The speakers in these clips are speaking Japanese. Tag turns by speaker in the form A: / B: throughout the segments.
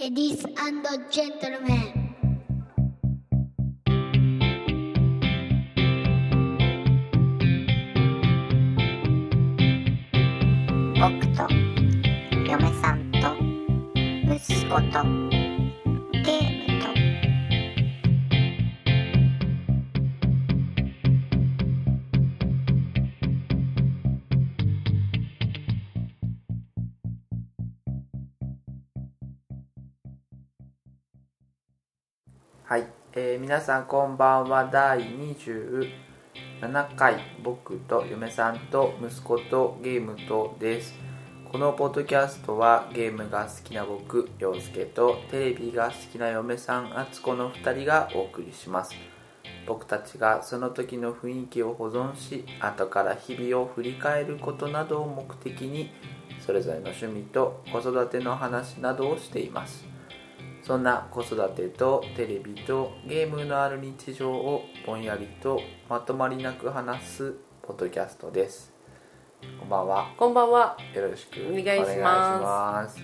A: Ladies and gentlemen.
B: 僕と嫁さんと息子とゲームと
C: はい、えー皆さんこんばんは第27回「僕と嫁さんと息子とゲームと」ですこのポッドキャストはゲームが好きな僕陽介とテレビが好きな嫁さん敦子の2人がお送りします僕たちがその時の雰囲気を保存し後から日々を振り返ることなどを目的にそれぞれの趣味と子育ての話などをしていますそんな子育てとテレビとゲームのある日常をぼんやりとまとまりなく話すポッドキャストですこんばんは
D: こんばんは。
C: よろしく
D: お願いします
C: お願いします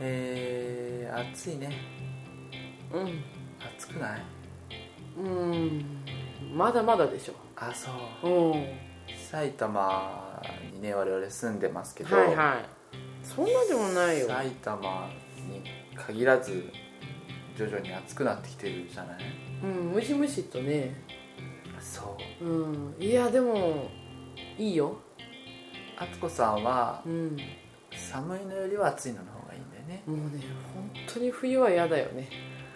C: えー、暑いね
D: うん。
C: 暑くない
D: うん。まだまだでし
C: あそう
D: ょ。うん。は
C: 埼玉にね我々住んでますけ
D: い
C: ど、
D: はい。そんなでもないよ。
C: 埼玉に限らず徐々に暑くなってきてるじゃない
D: うん。ムシムシっとね。
C: そう
D: うん。いやでもいいよ。
C: 敦子さんは
D: うん。
C: 寒いのよりは暑いのの方がいいんだよね
D: もうね本当に冬は嫌だよね。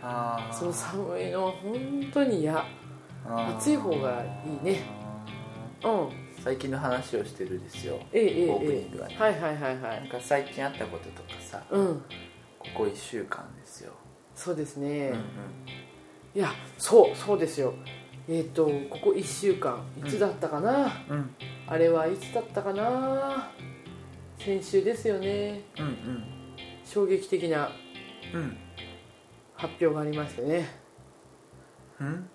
C: あー
D: その寒いのは本当に嫌。
C: あー
D: 暑い方がいいねうん。
C: 最近の話をしてるんですよ
D: えええ
C: オープニ
D: え
C: ングはね
D: ええ。はいはいはいは
C: なん
D: い。
C: か最近あったこととかさ、
D: うん。
C: ここ1週間ですよ、
D: そうです
C: う
D: ね。
C: んうん
D: いやそうそうですよ。えっ、とここ1週間いつだったかな。
C: うん
D: あれはいつだったかな先週ですよね
C: うん
D: 衝撃的な
C: うん
D: 発表がありましてね
C: うんうん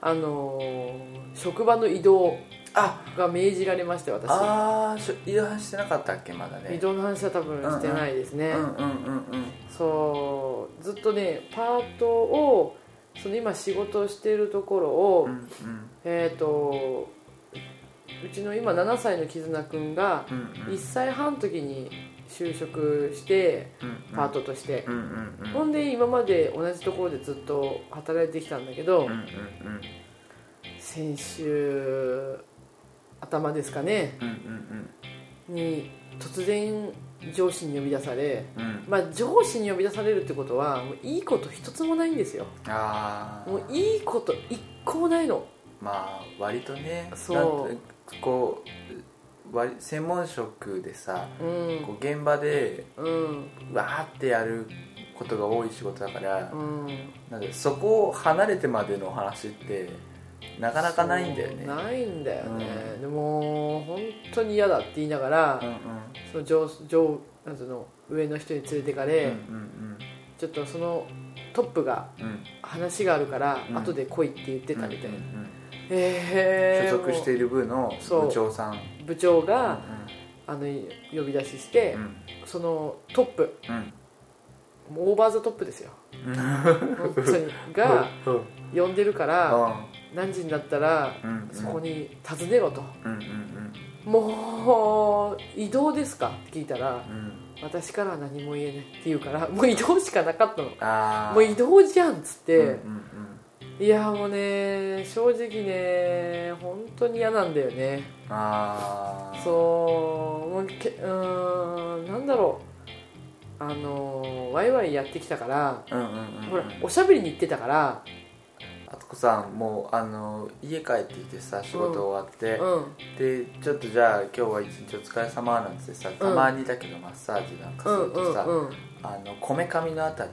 D: あのー職場の移動
C: あ
D: が命じられまして私
C: あーしょ移動してなかったっけまだね
D: 移動の話は多分してないですね、
C: うんうんうんうん
D: そうずっとねパートをその今仕事をしているところを、
C: うんうん
D: えっ、とうちの今7歳の絆くんが
C: うんうん
D: 1歳半の時に就職して
C: うん
D: パートとして、
C: うんうんうん
D: ほんで今まで同じところでずっと働いてきたんだけど、
C: うんうん
D: 先週頭ですかね
C: うんうん
D: に突然上司に呼び出され
C: うんうん
D: まあ上司に呼び出されるってことはもういいこと一つもないんですよ
C: ああ
D: もういいこと一個もないの
C: まあ割とね
D: そう
C: なんてこう割専門職でさ
D: うん
C: こう現場で
D: うん
C: わーってやることが多い仕事だから、
D: うん
C: なんでそこを離れてまでの話ってなかなかないんだよね
D: そうないんだよね、
C: うん
D: でも本当に嫌だって言いながら、
C: うんうん
D: その上上なんていうの上の人に連れてかれ、
C: うんうん
D: ちょっとそのトップが
C: うんうん
D: 話があるから
C: うん
D: 後で来いって言ってたみたいな、
C: うん
D: えー
C: 所属している部の
D: そう
C: 部長さん
D: もう部長が、
C: う
D: あの呼び出しして、
C: ん
D: そのトップ
C: うん
D: もうオーバー・ザ・トップで すよ
C: うん
D: 本当にが
C: うんうん
D: 呼んでるから
C: う
D: 何時になったら
C: ん
D: そこに訪ねろと、
C: うんうんうん
D: もう移動ですかって聞いた
C: う
D: ら
C: ん
D: 私からは何も言えないって言うからもう移動しかなかったの
C: ああ
D: もう移動じゃんっつって、
C: うんうん
D: いやもうね正直ね本当に嫌なんだよね
C: うんああ
D: そうもうけうーんなんだろうあのワイワイやってきたから
C: うんうんうんうん
D: ほらおしゃべりに行ってたから
C: あつこさんもうあの家帰ってきてさ仕事終わって、
D: うん
C: でちょっとじゃあ今日は一日お疲れ様なんつってさたまにだけどマッサージなんかする
D: うんう
C: とさ、
D: んうん
C: あのこめかみのあた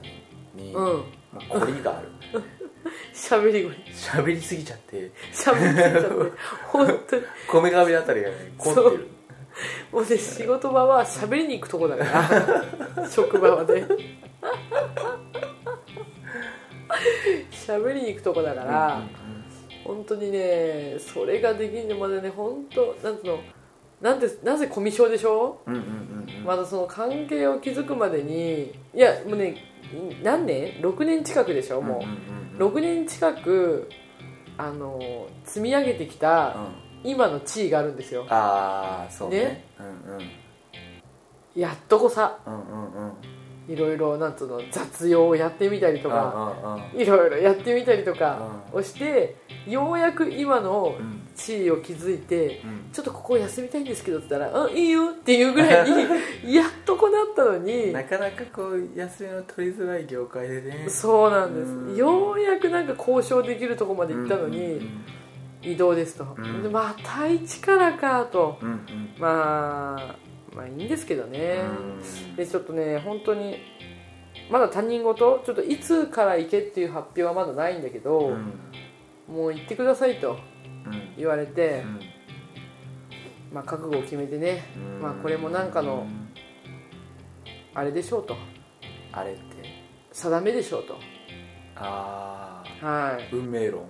C: りに、
D: う
C: もうんコリがある
D: しゃべり声
C: 喋りすぎちゃって
D: しゃべりすぎちゃって本当に
C: こめかみのあたりがね凝って
D: そう
C: る
D: もうね仕事場はしゃべりに行くとこだ から職場はねしゃべりに行くとこだから、本当にねそれができんのまでね本当なんつうのなんてなぜコミュ障でしょ、
C: うんうんうんうんうんうん
D: まだその関係を築くまでにいやもうね何年 ?6 年近くでしょ
C: う
D: も
C: ん
D: う、
C: うんうん
D: 6年近くあの積み上げてきた
C: うん
D: 今の地位があるんですよ
C: ああそうね
D: ね
C: うん
D: やっとこさ
C: うんうんうんうん
D: いろいろなんつうの雑用をやってみたりとか
C: うんうんうん
D: いろいろやってみたりとかをしてようやく今の
C: うん
D: 地位を築いて
C: うん
D: ちょっとここ休みたいんですけどって言ったら「うんいいよ」っていうぐらい にやっとこなったのに
C: なかなかこう休みの取りづらい業界でね
D: そうなんです、
C: うん
D: ようやくなんか交渉できるとこまで行ったのに、
C: うん
D: 移動ですと、
C: うん
D: でまた一からかと
C: うんうん
D: まあまあいいんですけど
C: う
D: ね、
C: ん
D: でちょっとね本当にまだ他人事ちょっといつから行けっていう発表はまだないんだけど、
C: うん
D: もう行ってくださいと
C: うん
D: 言われて
C: う、ん
D: まあ、覚悟を決めてね
C: うん
D: まあこれもなんか
C: う
D: の
C: ん
D: あれでしょうと
C: あれって
D: 定めでしょうと
C: ああ
D: はい
C: 運命論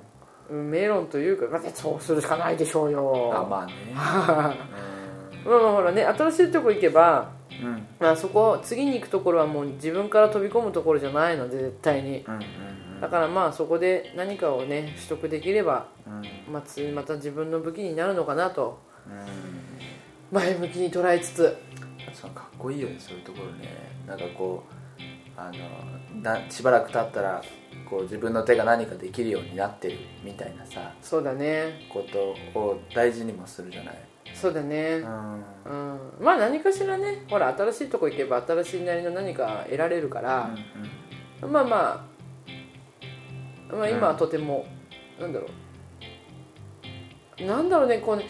D: うんメロンというか、まあ、そうするしかないでしょうよ
C: あまあね
D: はいまあまあほらね新しいとこ行けば、
C: うんうん
D: まあ、そこ次に行くところはもう自分から飛び込むところじゃないので絶対に
C: うんうん
D: だからまあそこで何かをね取得できれば、
C: うん
D: まあ、つまた自分の武器になるのかなと
C: うん
D: 前向きに捉えつつ
C: そのかっこいいよねそういうところねなんかこうあのなしばらく経ったらこう自分の手が何かできるようになってるみたいなさ
D: そうだね
C: ことを大事にもするじゃない
D: そうだね
C: うん
D: うん、まあ何かしらねほら新しいとこ行けば新しいなりの何か得られるから、まあまあ、まあ、今はとても、なんだろうなんだろうねこうね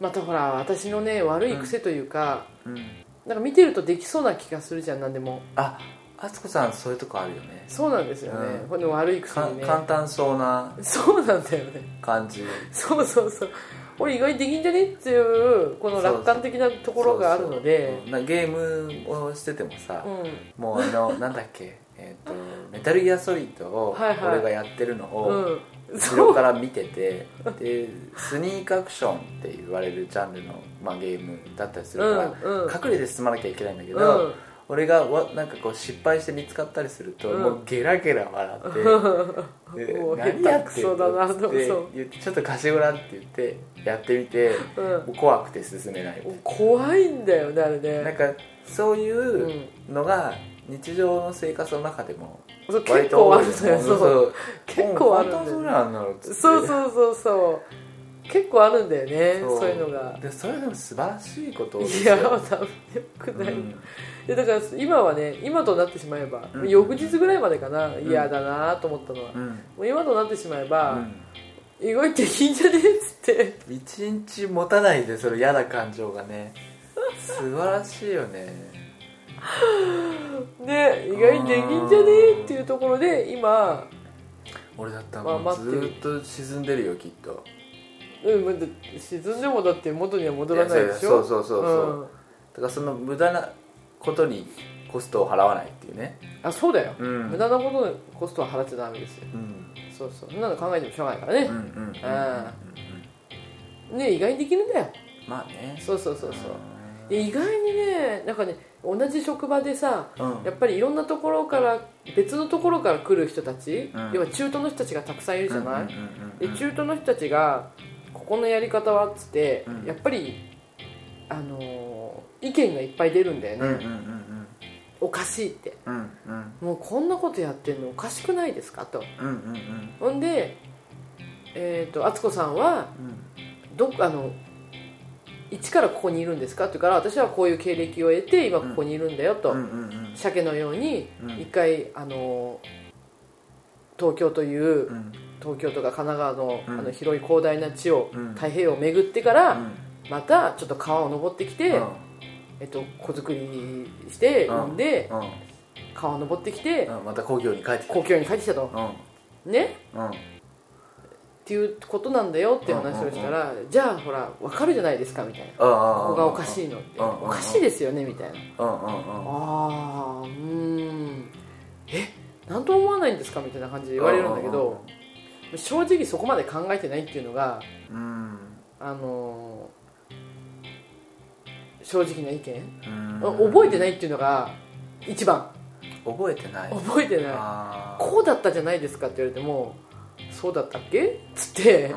D: またほら私のね悪い癖というか、
C: うんうん
D: なんか見てるとできそうな気がするじゃん何でも
C: ああつこさんそういうとこあるよね
D: そうなんですよね、
C: うん
D: この悪い癖
C: か
D: にね
C: 簡単そうな
D: そうなんだよね
C: 感じ
D: そうそうそう俺意外にできんじゃねっていうこの楽観的なと
C: と
D: ころがあるので
C: なゲームをしててもさ、
D: うん
C: もうあのなんだっけえっ、とメタルギアソリッドを
D: はいはい
C: 俺がやってるのを、
D: うん
C: 後
D: そ
C: ろ
D: う
C: から見ててでスニークアクションって言われるジャンルの、まあ、ゲームだったりするから、
D: うんうん
C: 隠れて進まなきゃいけないんだけ
D: う
C: ど、
D: ん
C: 俺がわなんかこう失敗して見つかったりすると、
D: うん
C: もうゲラゲラ笑っ てで
D: もう
C: 何やってんの
D: 下手くそだな
C: つって
D: そう
C: 言ってちょっと貸してごらんって言ってやってみて、
D: うん
C: もう怖くて進めないみたい
D: 怖いんだよねあれ
C: ななん
D: ね
C: かそういううんうのが日常の生活の中でも
D: そう結
C: 割と
D: 構あ
C: 多い
D: るんだよそう
C: う
D: 結構あるんだよ
C: 本当それなんだろうっつって
D: そうそうそうそう結構あるんだよねそういうのが
C: でそれでも素晴らしいことです
D: い
C: よ
D: や多分よくない、
C: うん
D: でだから今はね今となってしまえば、
C: うん
D: 翌日ぐらいまでかな
C: うん
D: 嫌だなと思ったのは、
C: う
D: も
C: ん
D: う今となってしまえば、意外といいんじゃねえっつって
C: うん一日持たないでその嫌な感情がね素晴らしいよね
D: ね意外にできんじゃねえっていうところで今
C: 俺だったら
D: まあ
C: もう
D: 待
C: ず
D: ってる
C: ーっと沈んでるよきっと
D: うんまだ沈んでもだって元には戻らないでし
C: そう
D: ょ
C: そうそうそう、だからその無駄なことにコストを払わないっていうね
D: うんあそうだよ、
C: うん
D: 無駄なことのコストは払っちゃダメですよ
C: うん
D: そうそうそんなの考えてもしょうがないからね
C: うんうんうんうん
D: あね意外にできるんだよ
C: まあね
D: そうそうそうそうで意外にねなんかね同じ職場でさ
C: うんうん
D: やっぱりいろんなところから別のところから来る人たち、
C: うん
D: 要は中東の人たちがたくさんいるじゃない、
C: うんうんうんうん
D: で中東の人たちがここのやり方はっつって、
C: うん
D: やっぱりあのー意見がいっぱい出るんだよね、
C: うんうんうん
D: おかしいって
C: うんうん
D: もうこんなことやってんのおかしくないですかと
C: うんうんうん
D: ほんでえっ、と敦子さんは
C: うん
D: どあの一からここにいるんですかって言うから私はこういう経歴を得て今ここにいるんだよと、
C: うんうんうん
D: 鮭のように
C: うん
D: 一回あの東京という、
C: うん
D: 東京とか神奈川の,、
C: うん
D: あの広い広大な地を、
C: うん
D: 太平洋を巡ってから、
C: うん
D: またちょっと川を登ってきて、
C: うん
D: えっと、子作りして
C: うん
D: 産んで、
C: う
D: 川を登ってきて、
C: んうん、また工業に帰ってくる
D: 故郷に帰ってきたと、
C: うん
D: ね
C: うん
D: っていうことなんだよっていう話をしたら、じゃあほら分かるじゃないですかみたいな、
C: こ
D: ここがおかし
C: い
D: いのって、
C: うんうんうん
D: おかしいですよねみたいな、
C: うんうんうんうん
D: ああうーんえなんとも思わないんですかみたいな感じで言われるんだけど、正直そこまで考えてないっていうのが
C: うん
D: あのー正直な意見、
C: うん
D: 覚えてないっていうのが一番
C: 覚えてない
D: 覚えてない
C: あー
D: こうだったじゃないですかって言われてもそうだったっけっつって
C: うん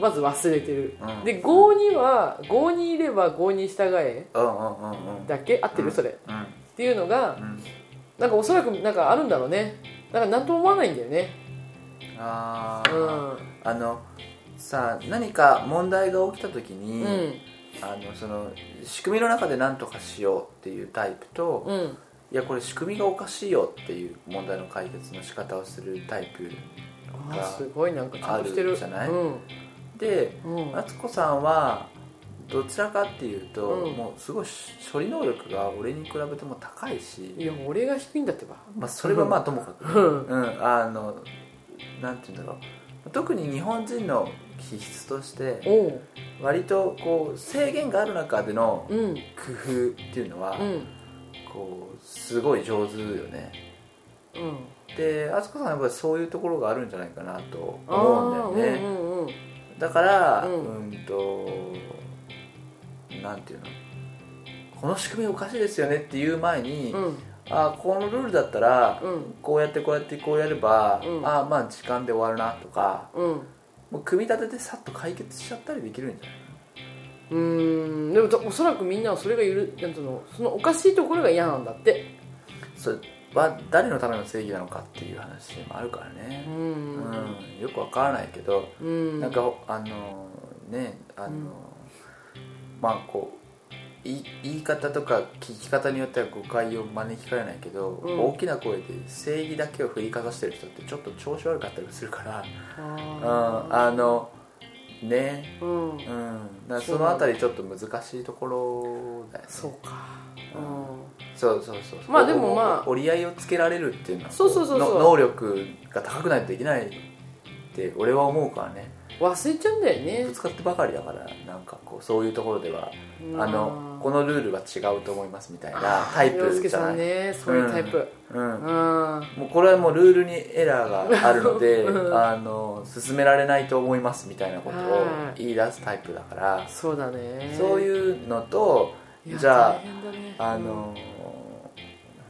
D: まず忘れてる
C: うん
D: で5には5にいれば5に従え
C: うんうんうんうん
D: だっけ合ってるそれっ
C: うん
D: ていうのが
C: うん
D: なんかおそらくなんかあるんだろうねなんか何とも思わないんだよね
C: あ
D: う
C: ー
D: ん
C: あのさあ何か問題が起きた時に、
D: うん
C: あのその仕組みの中で何とかしようっていうタイプと、
D: うん
C: いやこれ仕組みがおかしいよっていう問題の解決の仕方をするタイプ
D: あーすごいなんかちゃんとして
C: あ
D: る
C: るじゃない
D: うん
C: で
D: うん
C: 敦子さんはどちらかっていうと、
D: うん
C: もうすごい処理能力が俺に比べても高いし
D: いや俺が低いんだってば
C: まあ、それはまあともかく、
D: うん
C: うん、あのなんて言うんだろう特に日本人の気質として
D: おう
C: 割とこう制限がある中での
D: うん
C: 工夫っていうのは、
D: うん
C: こうすごい上手よね
D: うん
C: で敦子さんはやっぱりそういうところがあるんじゃないかなと
D: あ
C: 思うんだよね、
D: ーうんうんうん
C: だから
D: う
C: うんんとなんていうのこの仕組みおかしいですよねっていう前に、
D: うん
C: あこのルールだったら、
D: うん
C: こうやってこうやってこうやれば、
D: うん
C: あまあ時間で終わるなとか
D: うん
C: もう組み立ててさっと解決しちゃったりできるんじゃないう
D: ーんでもとおそらくみんなはそれがゆるなんつうのそのおかしいところが嫌なんだって
C: それは誰のための正義なのかっていう話もあるからね
D: う、
C: うんんよくわからないけど、
D: うん
C: なんかあのねあの、
D: うん
C: まあこうい言い方とか聞き方によっては誤解を招きかねないけど、
D: うん
C: 大きな声で正義だけを振りかざしてる人ってちょっと調子悪かったりするから、
D: あ
C: うん、
D: ー
C: あのね
D: うん
C: うん、だからそのあたりちょっと難しいところだよね
D: そうかう
C: うん
D: ん
C: そうそうそう
D: まあでもまあ
C: お折り合いをつけられるっていうのは
D: そうそうそうそう
C: の能力が高くないとできないって俺は思うからね
D: 忘れちゃうんだよね
C: ぶつかってばかりだからなんかこうそういうところでは
D: うん
C: あのこのルールは違うと思いますみたいなタイ
D: 洋
C: プ
D: 介
C: じゃ
D: さ
C: なんい、
D: ねそういうタイプ
C: うん
D: うんあ
C: もうこれはもうルールにエラーがあるので、
D: うん
C: あの進められないと思いますみたいなことを言い出すタイプだから
D: そうだね
C: そう
D: う
C: いうのと
D: いや
C: じゃあ
D: 大変だね
C: あの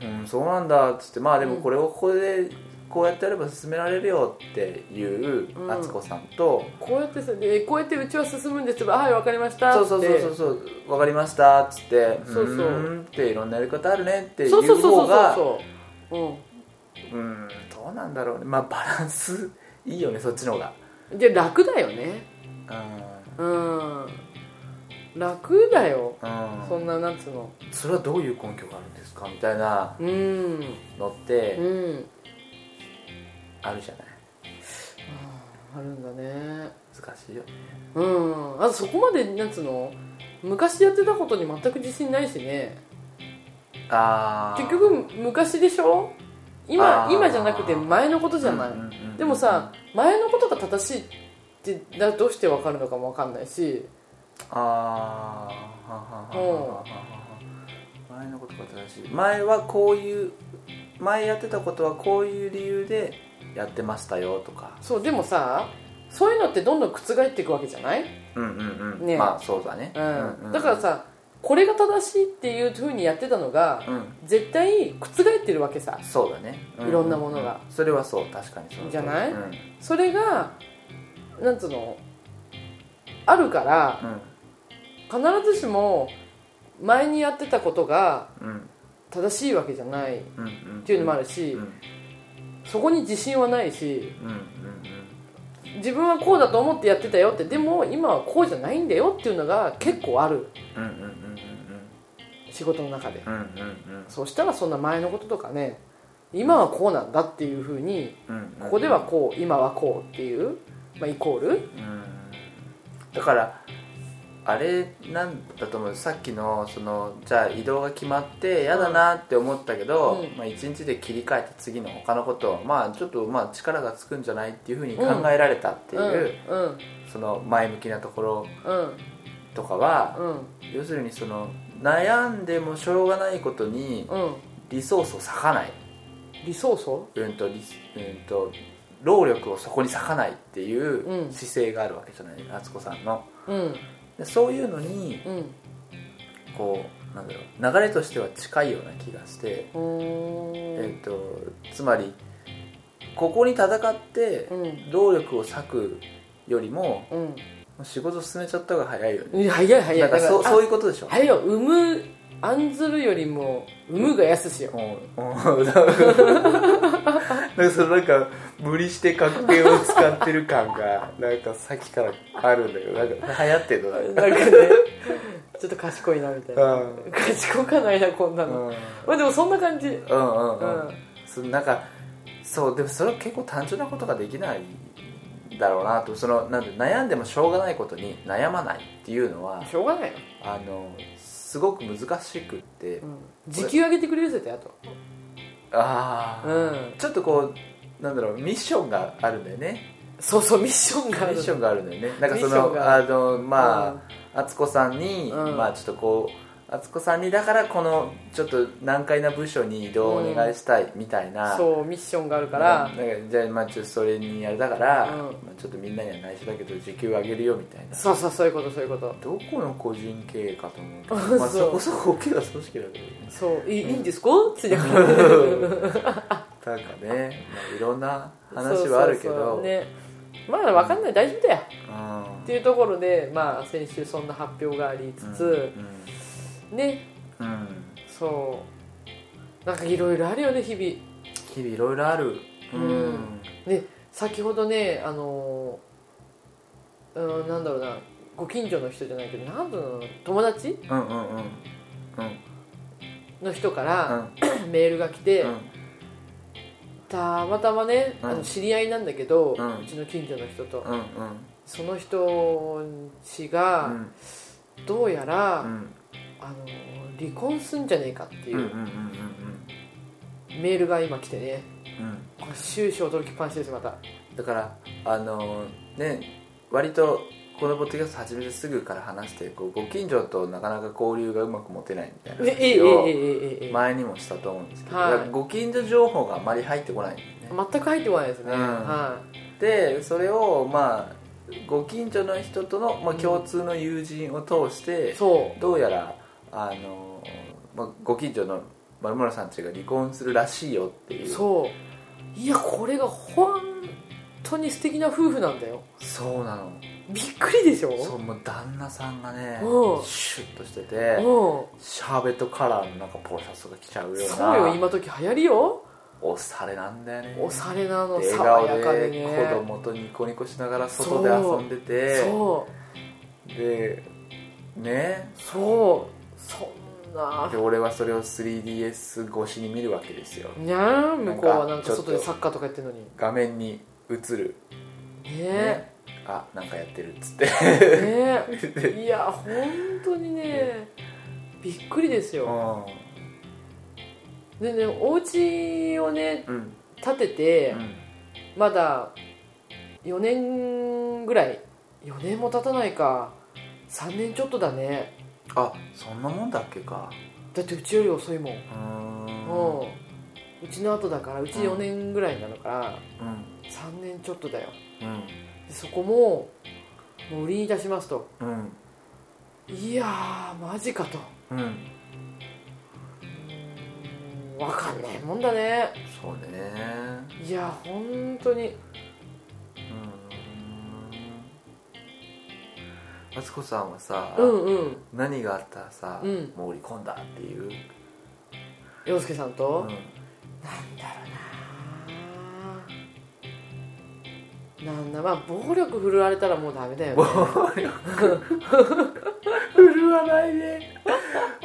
C: うん、そうなんだっつってまあでもこれをここでこうやってやれば進められるよっていう
D: うん
C: 敦子さんと、
D: こうやってさでこうやってうちは進むんですけどはいわかりました
C: そうそうそうそうそう分かりましたっつって
D: そうそう
C: ーんっていろんなやり方あるねってい
D: って
C: う
D: そうそうそ
C: 方
D: うそう
C: が
D: そう
C: うんどうなんだろうねまあバランスいいよねそっちの方が
D: うんで楽だよね
C: う
D: うん楽だよ
C: ん、うん、
D: そんななんつうの
C: それはどういう根拠があるんですかみたいな
D: うん
C: のっ
D: う
C: て
D: ん
C: あるじゃない
D: あるんだね
C: 難しいよね
D: うんあとそこまでなんつうの昔やってたことに全く自信ないしね
C: ああ
D: 結局昔でしょ今
C: あー
D: 今じゃなくて前のことじゃない、でもさ前のことが正しいってだどうして分かるのかも分かんないし
C: ああはははははは前のことが正しい前はこういう前やってたことはこういう理由でやってましたよとか
D: そうでもさそういうのってどんどん覆っていくわけじゃない、
C: うんうんうん、
D: ね
C: まあそうだね、
D: うん
C: う
D: だからさこれが正しいっていうふうにやってたのが、
C: うん
D: 絶対覆ってるわけさ
C: そうだね、ううう
D: いろんなものが
C: それはそう確かにそう
D: じゃない
C: うん
D: それがなんつうのあるから必ずしも前にやってたことが
C: うんうん
D: 正しいわけじゃないっ
C: うんうんって
D: いうのもあ
C: る
D: るし、
C: うんうん
D: そこに自信はないし
C: うんうん
D: 自分はこうだと思ってやってたよってでも今はこうじゃないんだよっていうのが結構ある
C: うんうんうん
D: 仕事の中で
C: うんうんうん
D: そうしたらそんな前のこととかね今はこうなんだっていうふうに
C: うんうん
D: ここではこう今はこうっていう、まあ、イコール
C: だからあれなんだと思うさっきのそのじゃあ移動が決まって嫌だなって思ったけど、
D: うん
C: まあ、1日で切り替えて次の他のことをまあちょっとまあ力がつくんじゃないっていうふうに考えられたっていう、
D: うんうん
C: その前向きなところ
D: うん
C: とかは、
D: うん
C: 要するにその悩んでもしょうがないことに
D: うん
C: リソースを割かない、
D: リソースを
C: うんとリスうん、と労力をそこに割かないっていううん姿勢があるわけじゃない敦子さんの。
D: うん
C: でそういうのに
D: うん
C: こうなんだろう流れとしては近いような気がして、
D: うー
C: え
D: ん
C: っとつまりここに戦って
D: うん
C: 労力を割くよりも
D: うん
C: 仕事進めちゃった方が早いよね
D: いや早い早い
C: なんかそ
D: だ
C: う
D: から
C: そういうことでしょ
D: ああれよ産む案ずるよりも産むが安しよ
C: うんうんだからそのなんか無理して確定を使ってる感がなんかさっきからあるんだけどなんか流行ってるのな
D: なんんか
C: か
D: ねちょっと賢いなみたいな
C: うん
D: 賢かないなこんな
C: うん
D: のまあでもそんな感じ
C: うんうんう
D: うん
C: んそのなんかそうでもそれは結構単純なことができないだろうなとそのなんで悩んでもしょうがないことに悩まないっていうのは
D: しょうがないよ
C: あのすごく難しくって、
D: うん時給上げてくれるぜってあと
C: ああ、
D: うん
C: ちょっとこうなんだろうミッションがあるんだよね
D: そうそうミッション
C: ミ
D: がある
C: ッションがあるんだよねなんかそ
D: ミッション
C: の
D: が
C: あのまあ敦子さんに、
D: うん
C: まあちょっとこう敦子さんにだからこのちょっと難解な部署に移動をお願いしたいみたいな、
D: そうミッションがあるから
C: うんなんかじゃあまあちょっとそれにやるだから、
D: うん
C: まあ、ちょっとみんなには内緒だけど時給上げるよみたいな
D: そうそうそういうことそういうこと
C: どこの個人経営かと思うけ
D: あ
C: ど、まあ、
D: そう
C: そこそこ大きな組織だけどね
D: そういい,、
C: うん
D: いいんですか つなが
C: な
D: る
C: んかね、まあいろんな話はあるけ
D: そうそうそ
C: ど
D: うねまだ分かんない大丈夫だよ
C: うん
D: っていうところでまあ先週そんな発表がありつつ、ね
C: うんうん
D: そうなんかいろいろあるよね日々
C: 日々いろいろあるうん
D: うんね先ほどねあのーうんなんだろうなご近所の人じゃないけどなんだろうな友達
C: うんうんうんうん
D: の人か
C: う
D: ら、
C: ん
D: メールが来て、
C: うん
D: たまたまね、
C: うん
D: あの知り合いなんだけど、
C: うん
D: うちの近所の人と、
C: うん
D: その人んちが、
C: うん
D: どうやら、
C: うん
D: あの離婚すんじゃねえかってい
C: うんうんうんうん
D: うメールが今来てね
C: うん
D: これ終始驚きっぱなしですまた
C: だからあのね割とこのポッドキャスト始めてすぐから話してこうご近所となかなか交流がうまく持てないみたいな
D: えええ
C: 話
D: え
C: を
D: ええええ
C: 前にもしたと思うんですけど、
D: はい
C: だからご近所情報があまり入ってこないんだよね
D: 全く入ってこないですね、
C: うん
D: はい
C: でそれをまあご近所の人との、まあ、
D: うん
C: 共通の友人を通して、
D: そう
C: どうやらあの、まあ、ご近所の丸村さんちが離婚するらしいよっていうう
D: そういやこれが本当に素敵な夫婦なんだよ
C: そうなの
D: びっくりでしょ
C: そうもう旦那さんがね
D: うん
C: シュッとしてて
D: う
C: シャーベットカラーのなんかポロシャツが着ちゃうんよう
D: そうよ
C: な
D: 今時流行りよ
C: おしゃれなんだよね
D: おしゃれなの
C: 笑
D: 爽
C: 顔
D: やか
C: で
D: でね
C: 子供とニコニコしながら外で遊んでて
D: そう
C: でね
D: そうそんな
C: で俺はそれを 3DS 越しに見るわけですよ
D: にゃーん向こうは
C: な
D: なんん
C: かちょ
D: か
C: っと
D: 外でサッカーとかやってるのにね
C: 画面に映る、
D: え
C: あなんかやってるっつって
D: ねえいや本当にねびっくりです
C: う
D: よ
C: ん
D: でねお家をね
C: うん
D: 建てて
C: うん
D: まだ4年ぐらい4年も経たないか3年ちょっとだね
C: あそんなもんだっけか
D: だってうちより遅いもん
C: うーん
D: もううちの後だからうち4年ぐらいなのから
C: うん
D: 3年ちょっとだよ
C: うん
D: でそこももう売りに出しますと
C: うん
D: いやーマジかと
C: うん
D: 分かんないもんだね
C: そうね
D: いや本当
C: う
D: に
C: ん敦子さんはさ、
D: うんうん
C: 何があったらさ、
D: うん
C: もう売り込んだっていう、
D: 洋介さん
C: う
D: と、
C: ん
D: なんだろうななんだまあ暴力振るわれたらもうダメだよね
C: 暴力振るわないね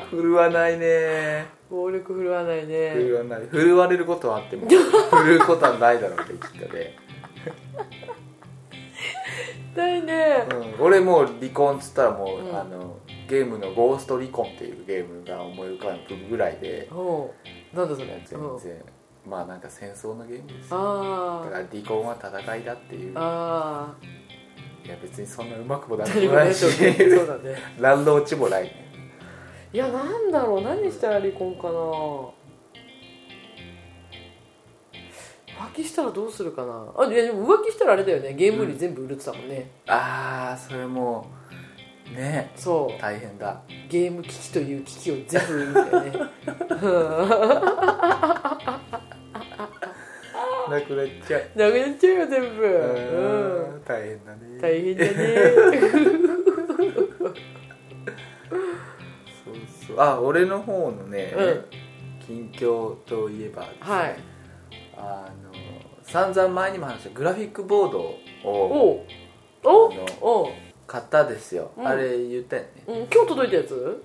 C: 振るわないね
D: 暴力振るわないね
C: 振るわない振るわれることはあっても振るうことはないだろうってきっとね、
D: だいね
C: うん、俺もう離婚っつったらもう、
D: うん
C: あのゲームの「ゴースト離婚」っていうゲームが思い浮かぶぐらいで
D: おうなんだそれ
C: 全
D: うん
C: 然まあなんか戦争のゲームですよだ
D: あ
C: から
D: ー
C: 離婚は戦いだっていう
D: あー
C: いや別にそんなうまくもなく
D: 大丈
C: も
D: 夫
C: ない
D: ね
C: し
D: そう そうだね
C: 何の落ちもないね
D: いやなんだろう何したら離婚かな浮気したらどうするかなあいやでも浮気したらあれだよねゲーム売り全部売るってたもんね、
C: ああそれもうね
D: そ
C: 大変だ
D: うゲーム機器という機器を全部売るんだよねうん
C: なくなっちゃう
D: なくなっちゃうよ全部
C: う
D: うん
C: ん大変だね
D: 大変 だね
C: そうそうあ俺の方のね、
D: うん
C: 近況といえばですね、
D: はい
C: あの散々前にも話したグラフィックボードを
D: おうお
C: あの
D: おう
C: 買ったですよ、
D: うん
C: あれ言ったよね
D: うん、今日届いたやつ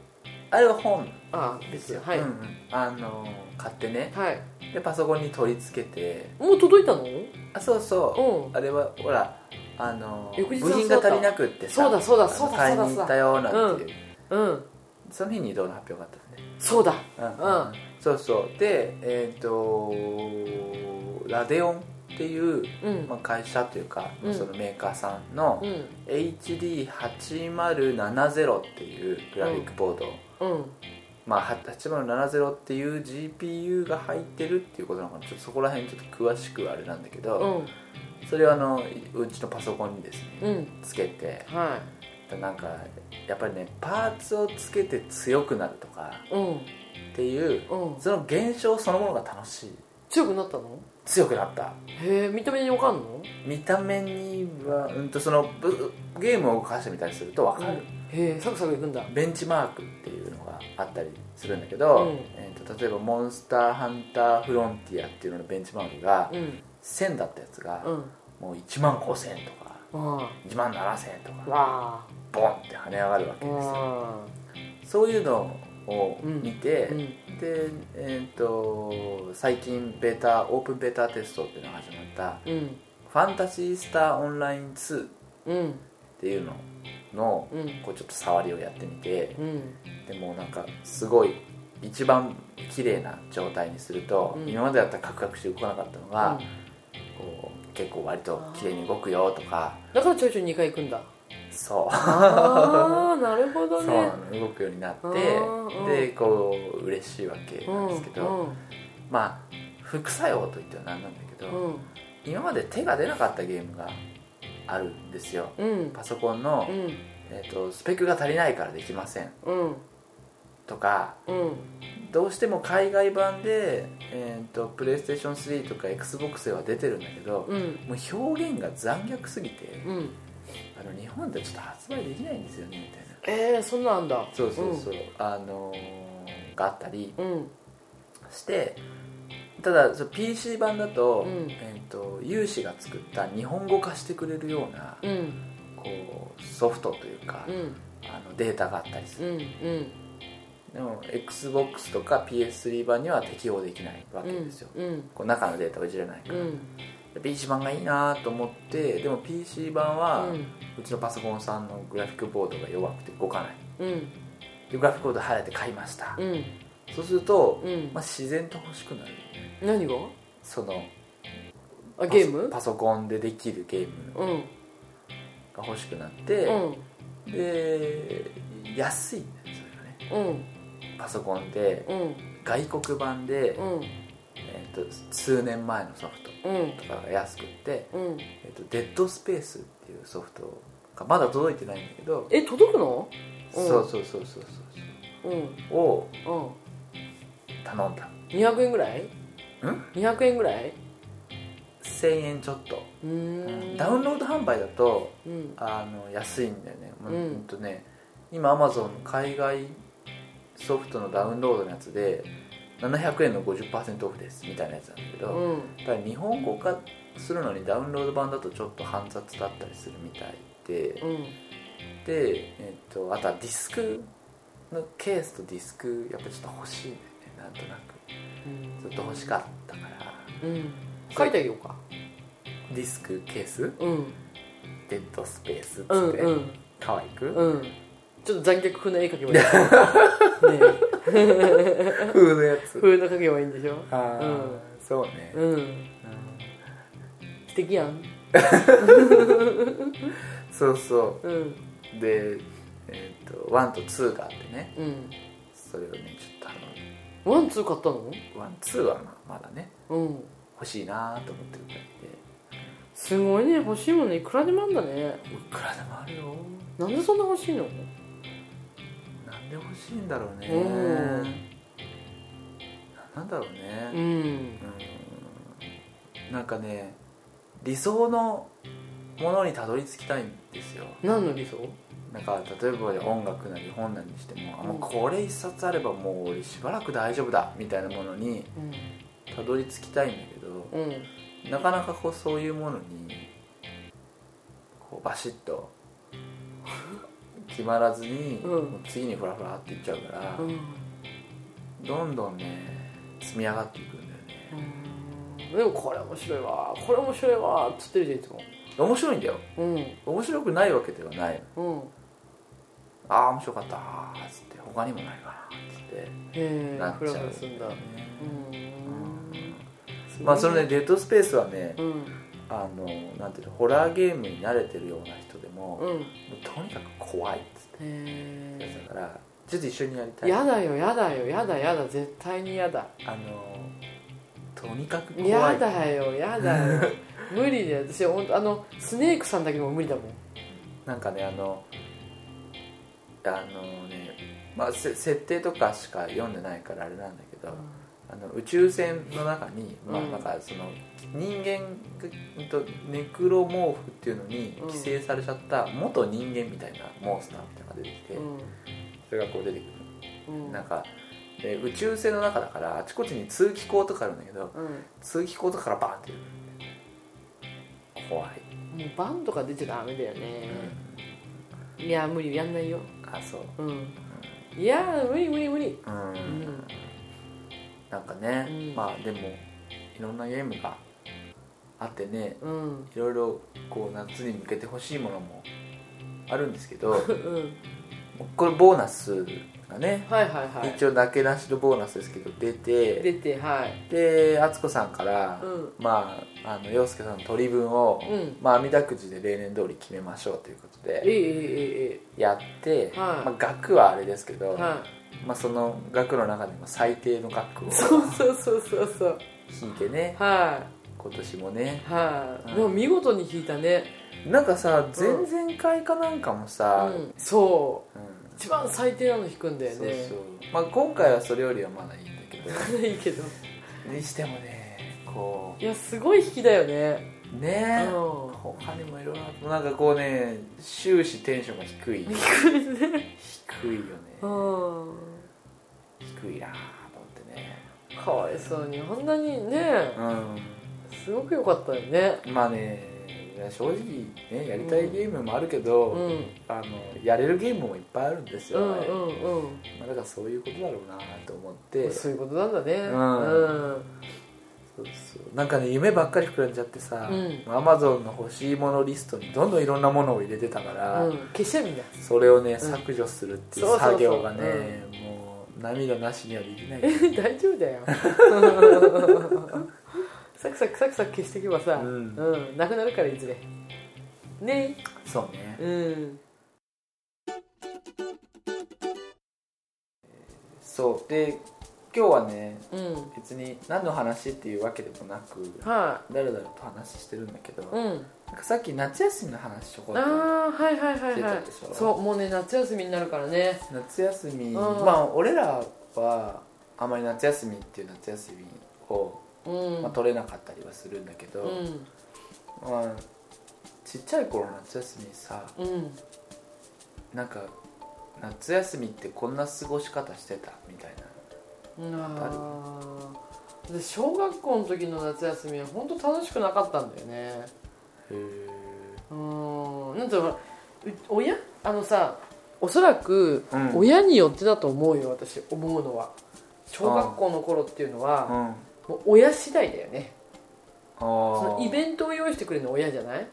C: あれは本
D: あ
C: で
D: ですす
C: よ
D: よ、はい、
C: うんうんあの買ってね
D: はい
C: でパソコンに取り付けて
D: もう届いたの
C: あそうそう、
D: う
C: あれはほらあの
D: 翌
C: 部
D: 日の
C: 品が足りなくってさ
D: そうだそうだ
C: あの
D: そうだ
C: 買い
D: そうだ
C: に行ったよなんていう、
D: んうん
C: その日に移動の発表があったんで
D: そうだ
C: うん
D: うん
C: そうそうでえっ、とラデオンっていう、
D: うん
C: まあ、会社というか、まあ
D: うん
C: そのメーカーさんの
D: うん
C: HD8070 っていうグラフィックボード、
D: うん
C: まあ、は8070っていう GPU が入ってるっていうことなのかなちょっとそこら辺ちょっと詳しくはあれなんだけ
D: う
C: ど、
D: ん
C: それをあのうちのパソコンにですね
D: うん
C: つけて
D: は
C: なんかやっぱりねパーツをつけて強くなるとか
D: いうん
C: っていう
D: うん
C: その現象そのものが楽しい
D: 強くなったの
C: 強くなった
D: へえ見た目にわかんの
C: 見た目にはうんとそのぶゲームを動かしてみたりすると分かる、
D: へえサクサクいくんだ
C: ベンチマークっていうのがあったりするんだけど、
D: うん
C: えー、と例えば「モンスターハンターフロンティア」っていうののベンチマークが
D: うん
C: 1000だったやつが、
D: うん
C: もう1万5000とか
D: あ
C: 1万7000と
D: あ
C: か
D: わ
C: ボンって跳ね上がるわ
D: あ
C: けですよ
D: わ
C: そういうのを見て、
D: あうん
C: で、えー、と最近ベータオープンベータテストっていうのが始まった
D: うん
C: 「ファンタシースターオンライン2」っ
D: うん
C: ていうのの、
D: うん
C: こうちょっと触りをやってみて、
D: うん
C: でもなんかすごい一番綺麗な状態にすると、
D: うん
C: 今までだったらカクカクして動かなかったのが、こう結構割と綺麗に動くよとか
D: だからちょいちょい2回行くんだ
C: そう
D: ああなるほ
C: そ
D: ど
C: う
D: ね
C: なの動くようになって
D: あーうん
C: でこう嬉しいわけなんですけど、
D: うん
C: まあ副作用といっては何なんだけど、
D: うん
C: 今まで手が出なかったゲームがあるんですよ
D: うん
C: パソコンの、
D: うん
C: えー、とスペックが足りないからできません
D: うん
C: とか
D: うん
C: どうしても海外版で、えー、とプレイステーション3とか XBOX では出てるんだけど、
D: うん
C: もう表現が残虐すぎて、
D: うん
C: あの日本ではちょっと発売できないんですよねみたいな
D: えー、そんなんあんだ
C: そうそうそう、あのーがあったり
D: うん
C: してただその PC 版だと,、
D: うん
C: えー、と有志が作った日本語化してくれるような、
D: うん
C: こうソフトというか、
D: うん
C: あのデータがあったりす
D: う
C: る、
D: んうん
C: でも XBOX とか PS3 版には適用できないわけですよ、
D: うん
C: こう中のデータをいじれないか
D: う
C: ら、
D: ん
C: PC 版がいいなと思ってでも PC 版
D: う
C: は、うんちのパソコンさんのグラフィックボードが弱くて動かない
D: うん
C: でグラフィックボード晴れて買いました、
D: うん
C: そうすると、
D: うん
C: まあ、自然と欲しくなるよね
D: 何が
C: その
D: あゲーム
C: パソパソコンでできるゲーム
D: うん
C: が欲しくなって
D: う、ん
C: で安いんだよそれがね
D: うん
C: パソコンで
D: うん
C: 外国版で、
D: うん
C: えー、と数年前のソフト
D: うん
C: とかが安くって、
D: うん
C: えー、とデッドスペースっていうソフトがまだ届いてないんだけど、
D: え届くのうん
C: そうそうそうそうそう
D: うんうん
C: そうを頼んだ
D: 200円ぐらいん200円ぐらい
C: 1000円ちょっと、
D: うーん
C: ダウンロード販売だと
D: うん
C: あの安いんだよね、まあ
D: うん
C: ほんとね今アマゾン海外ソフトのダウンロードのやつで700円の50%オフですみたいなやつなんだけど、
D: うん
C: だから日本語化するのにダウンロード版だとちょっと煩雑だったりするみたいで、
D: うん
C: で、えっとあとはディスクのケースとディスクやっぱちょっと欲しいんだよねなんとなくずっと欲しかったから
D: うん書いてあげようか
C: ディスクケース
D: うん
C: デッドスペースっつ
D: うん
C: って、
D: うん
C: 可愛く、
D: うんちょっと残虐風な絵描けばいいん でしょねえ
C: 風のやつ
D: 風な描けばいいんでしょ
C: ああ、
D: うん
C: そうね、
D: うん素敵やん
C: そうそ
D: うん
C: うでえっ、と1と2があってね
D: うん
C: それをねちょっとあ
D: ワンツー買ったの
C: の1、2はまあまだね
D: うん
C: 欲しいなと思ってるくらいで
D: すごいね欲しいものいくらでもあんだね
C: いくらでもあるよ
D: なんでそんな欲しいの
C: なんで欲しいんだろうね
D: うん
C: なんだろうね
D: う、ん
C: うんなんかね理想のものにたどり着きたいんですよ
D: 何の理想
C: なんか例えば音楽なり本なりにしても、あもううんこれ一冊あればもう俺しばらく大丈夫だみたいなものに
D: う
C: たどり着きたいんだけど
D: んうん
C: なかなかこうそういうものにこうバシッと決まらずに、
D: うん
C: もう次にフラフラっていっちゃうから、
D: うん
C: どんどんね積み上がっていくんだよね
D: うんでもこれ面白いわこれ面白いわっつってるじゃんいつも
C: 面白いんだよ
D: うん
C: 面白くないわけではない
D: うん
C: ああ面白かったーっつって他にもないかなっつって
D: へえ
C: なっ
D: フ
C: ち
D: ラ
C: ゃう
D: フラすんだうん
C: まあそのねデッドスペースはね
D: うん
C: あのなんていうのホラーゲームに慣れてるような人でも,、もう
D: うん
C: とにかく怖いっつって
D: へ
C: 言って
D: え
C: たからちょっと一緒にやりたい
D: やだよやだよやだやだ絶対にやだ
C: あのとにかく怖い
D: やだよやだ よ無理だよ私ほんとあのスネークさんだけでも無理だもん
C: なんかねあのあのね、まあ、せ設定とかしか読んでないからあれなんだけど、あの宇宙船の中に、まあ、
D: うん
C: なんかその人間がうんとネクロモーフっていうのに
D: うん
C: 寄生されちゃった元人間みたいなモンスターみたいなのが出てきて、
D: うん
C: それがこう出てく
D: うん
C: るなんかで宇宙船の中だからあちこちに通気口とかあるんだけど
D: うん
C: 通気口とかからバーンって出てくる怖い、
D: もうバンとか出ちゃダメだよね、いや無理やんないよ
C: あそう
D: うんいや無理無理無理
C: うん、
D: ん
C: なんかね、
D: うん
C: まあでもいろんなゲームがあってね
D: うん
C: いろいろこう夏に向けて欲しいものもあるんですけど
D: うん
C: これボーナスがね、
D: はいはいはい
C: 一応だけなしのボーナスですけど出て
D: 出てはい
C: で敦子さんから、
D: うん
C: まああの洋介さんの取り分を、
D: うん
C: まあ、網だくじで例年通り決めましょうということ
D: ええ
C: で
D: ええ
C: やって、
D: は
C: ま
D: い
C: あ、額はあれですけど、
D: ええは
C: まあ、その額の中でも最低の額を
D: いそうそうそうそうそう
C: 引いてね
D: は
C: 今年もね
D: いはい、
C: うん
D: でも見事に引いたね、
C: なんかさ前々回かなんかも
D: う
C: さ、
D: ん、そう
C: うん
D: 一番最低なの引くんだよ
C: そう
D: ね
C: そう、まあ、今回はそれよりはまだいいんだけど
D: いいけど
C: にしてもねこ
D: いやすごい引きだよね
C: うね
D: うん
C: 他にもいろいろあってなんかこうね終始テンションが低い
D: 低いね
C: 低いよ
D: う
C: ね
D: ん
C: 低いなと思ってね
D: かわいそうにあんなにねすごく良かったよね
C: うんまあねいや正直ねやりたいゲームもあるけど、
D: うん
C: あのやれるゲームもいっぱいあるんです
D: う
C: よ、
D: んうんうん
C: まあ、だからそういうことだろうなと思って
D: そういうことなんだね
C: ん
D: うん
C: そうそうなんかね夢ばっかり膨らんじゃってさ
D: うん
C: アマゾンの欲しいものリストにどんどんいろんなものを入れてたから、
D: うん消しちゃえばいいんだ
C: それをね削除するっていう
D: そうそうそう
C: 作業がねもう涙なしにはできない
D: 大丈夫 だよサクサクサクサク消していけばさ、
C: う
D: うんんなくなるからいずれね
C: そうね
D: うん
C: そうで今日はね
D: うん
C: 別に何の話っていうわけでもなく
D: は
C: だらだらと話してるんだけど、
D: い、うん
C: なんかさっき夏休みの話しょこっと
D: ああはいはいはいは
C: 出たでしょ
D: いそうもうね夏休みになるからね
C: 夏休み
D: ん
C: まあ俺らはあまり夏休みっていう夏休みを、
D: うん、
C: まあ、取れなかったりはするんだけど、
D: うん
C: まあ、ちっちゃい頃の夏休みさ
D: うん
C: なんか夏休みってこんな過ごし方してたみたい
D: あーで小学校の時の夏休みは本当楽しくなかったんだよね
C: な
D: うーんなんていうのかなう親あのさおそらく
C: うん
D: 親によってだと思うよ私思うのは小学校の頃っていうの
C: う
D: は
C: んあ
D: もう親次第だよねそ
C: あ
D: のイベントを用意してくれるの親じゃない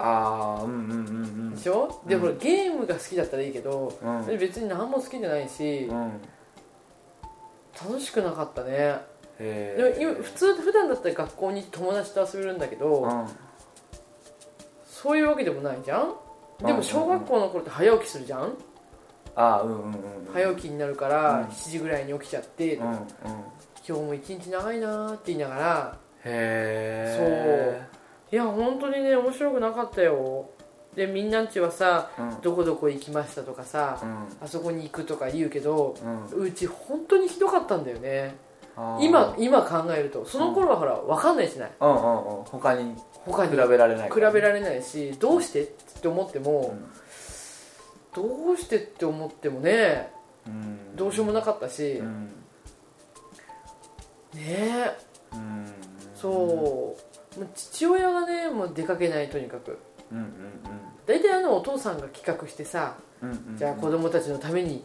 C: ああうんうんうん
D: でしょで
C: うん
D: ほらゲームが好きだったらいいけど
C: うんうん
D: で別に何も好きじゃないし
C: うん
D: 楽しくなかったね
C: へ
D: でも
C: え
D: 今普通普段だったら学校に友達と遊べるんだけ
C: う
D: ど
C: ん
D: そういうわけでもないじゃん
C: うん
D: でも小学校の頃って早起きするじゃん
C: ああうんうんうんうん
D: 早起きになるか
C: う
D: ら
C: ん
D: 7時ぐらいに起きちゃって
C: うんうんへ
D: 今日も一日長いなーって言いながら
C: え
D: いや本当にね面白くなかったよでみんなんちはさ
C: うん
D: どこどこ行きましたとかさ
C: うん
D: あそこに行くとか言うけど
C: うん
D: うち本当にひどかったんだよね
C: あー
D: 今今考えるとその頃はほら分かんないじゃない
C: うんうんうん他に比
D: 他
C: べ
D: に
C: られない
D: 比べられないしどうしてって思ってもどうしてって思ってもね
C: うん
D: どうしようもなかったし
C: う
D: ね
C: ん
D: え
C: うん
D: そうもう父親がねもう出かけないとにかく
C: うんうん
D: 大体あのお父さんが企画してさ
C: うんうんうん
D: じゃあ子供たちのために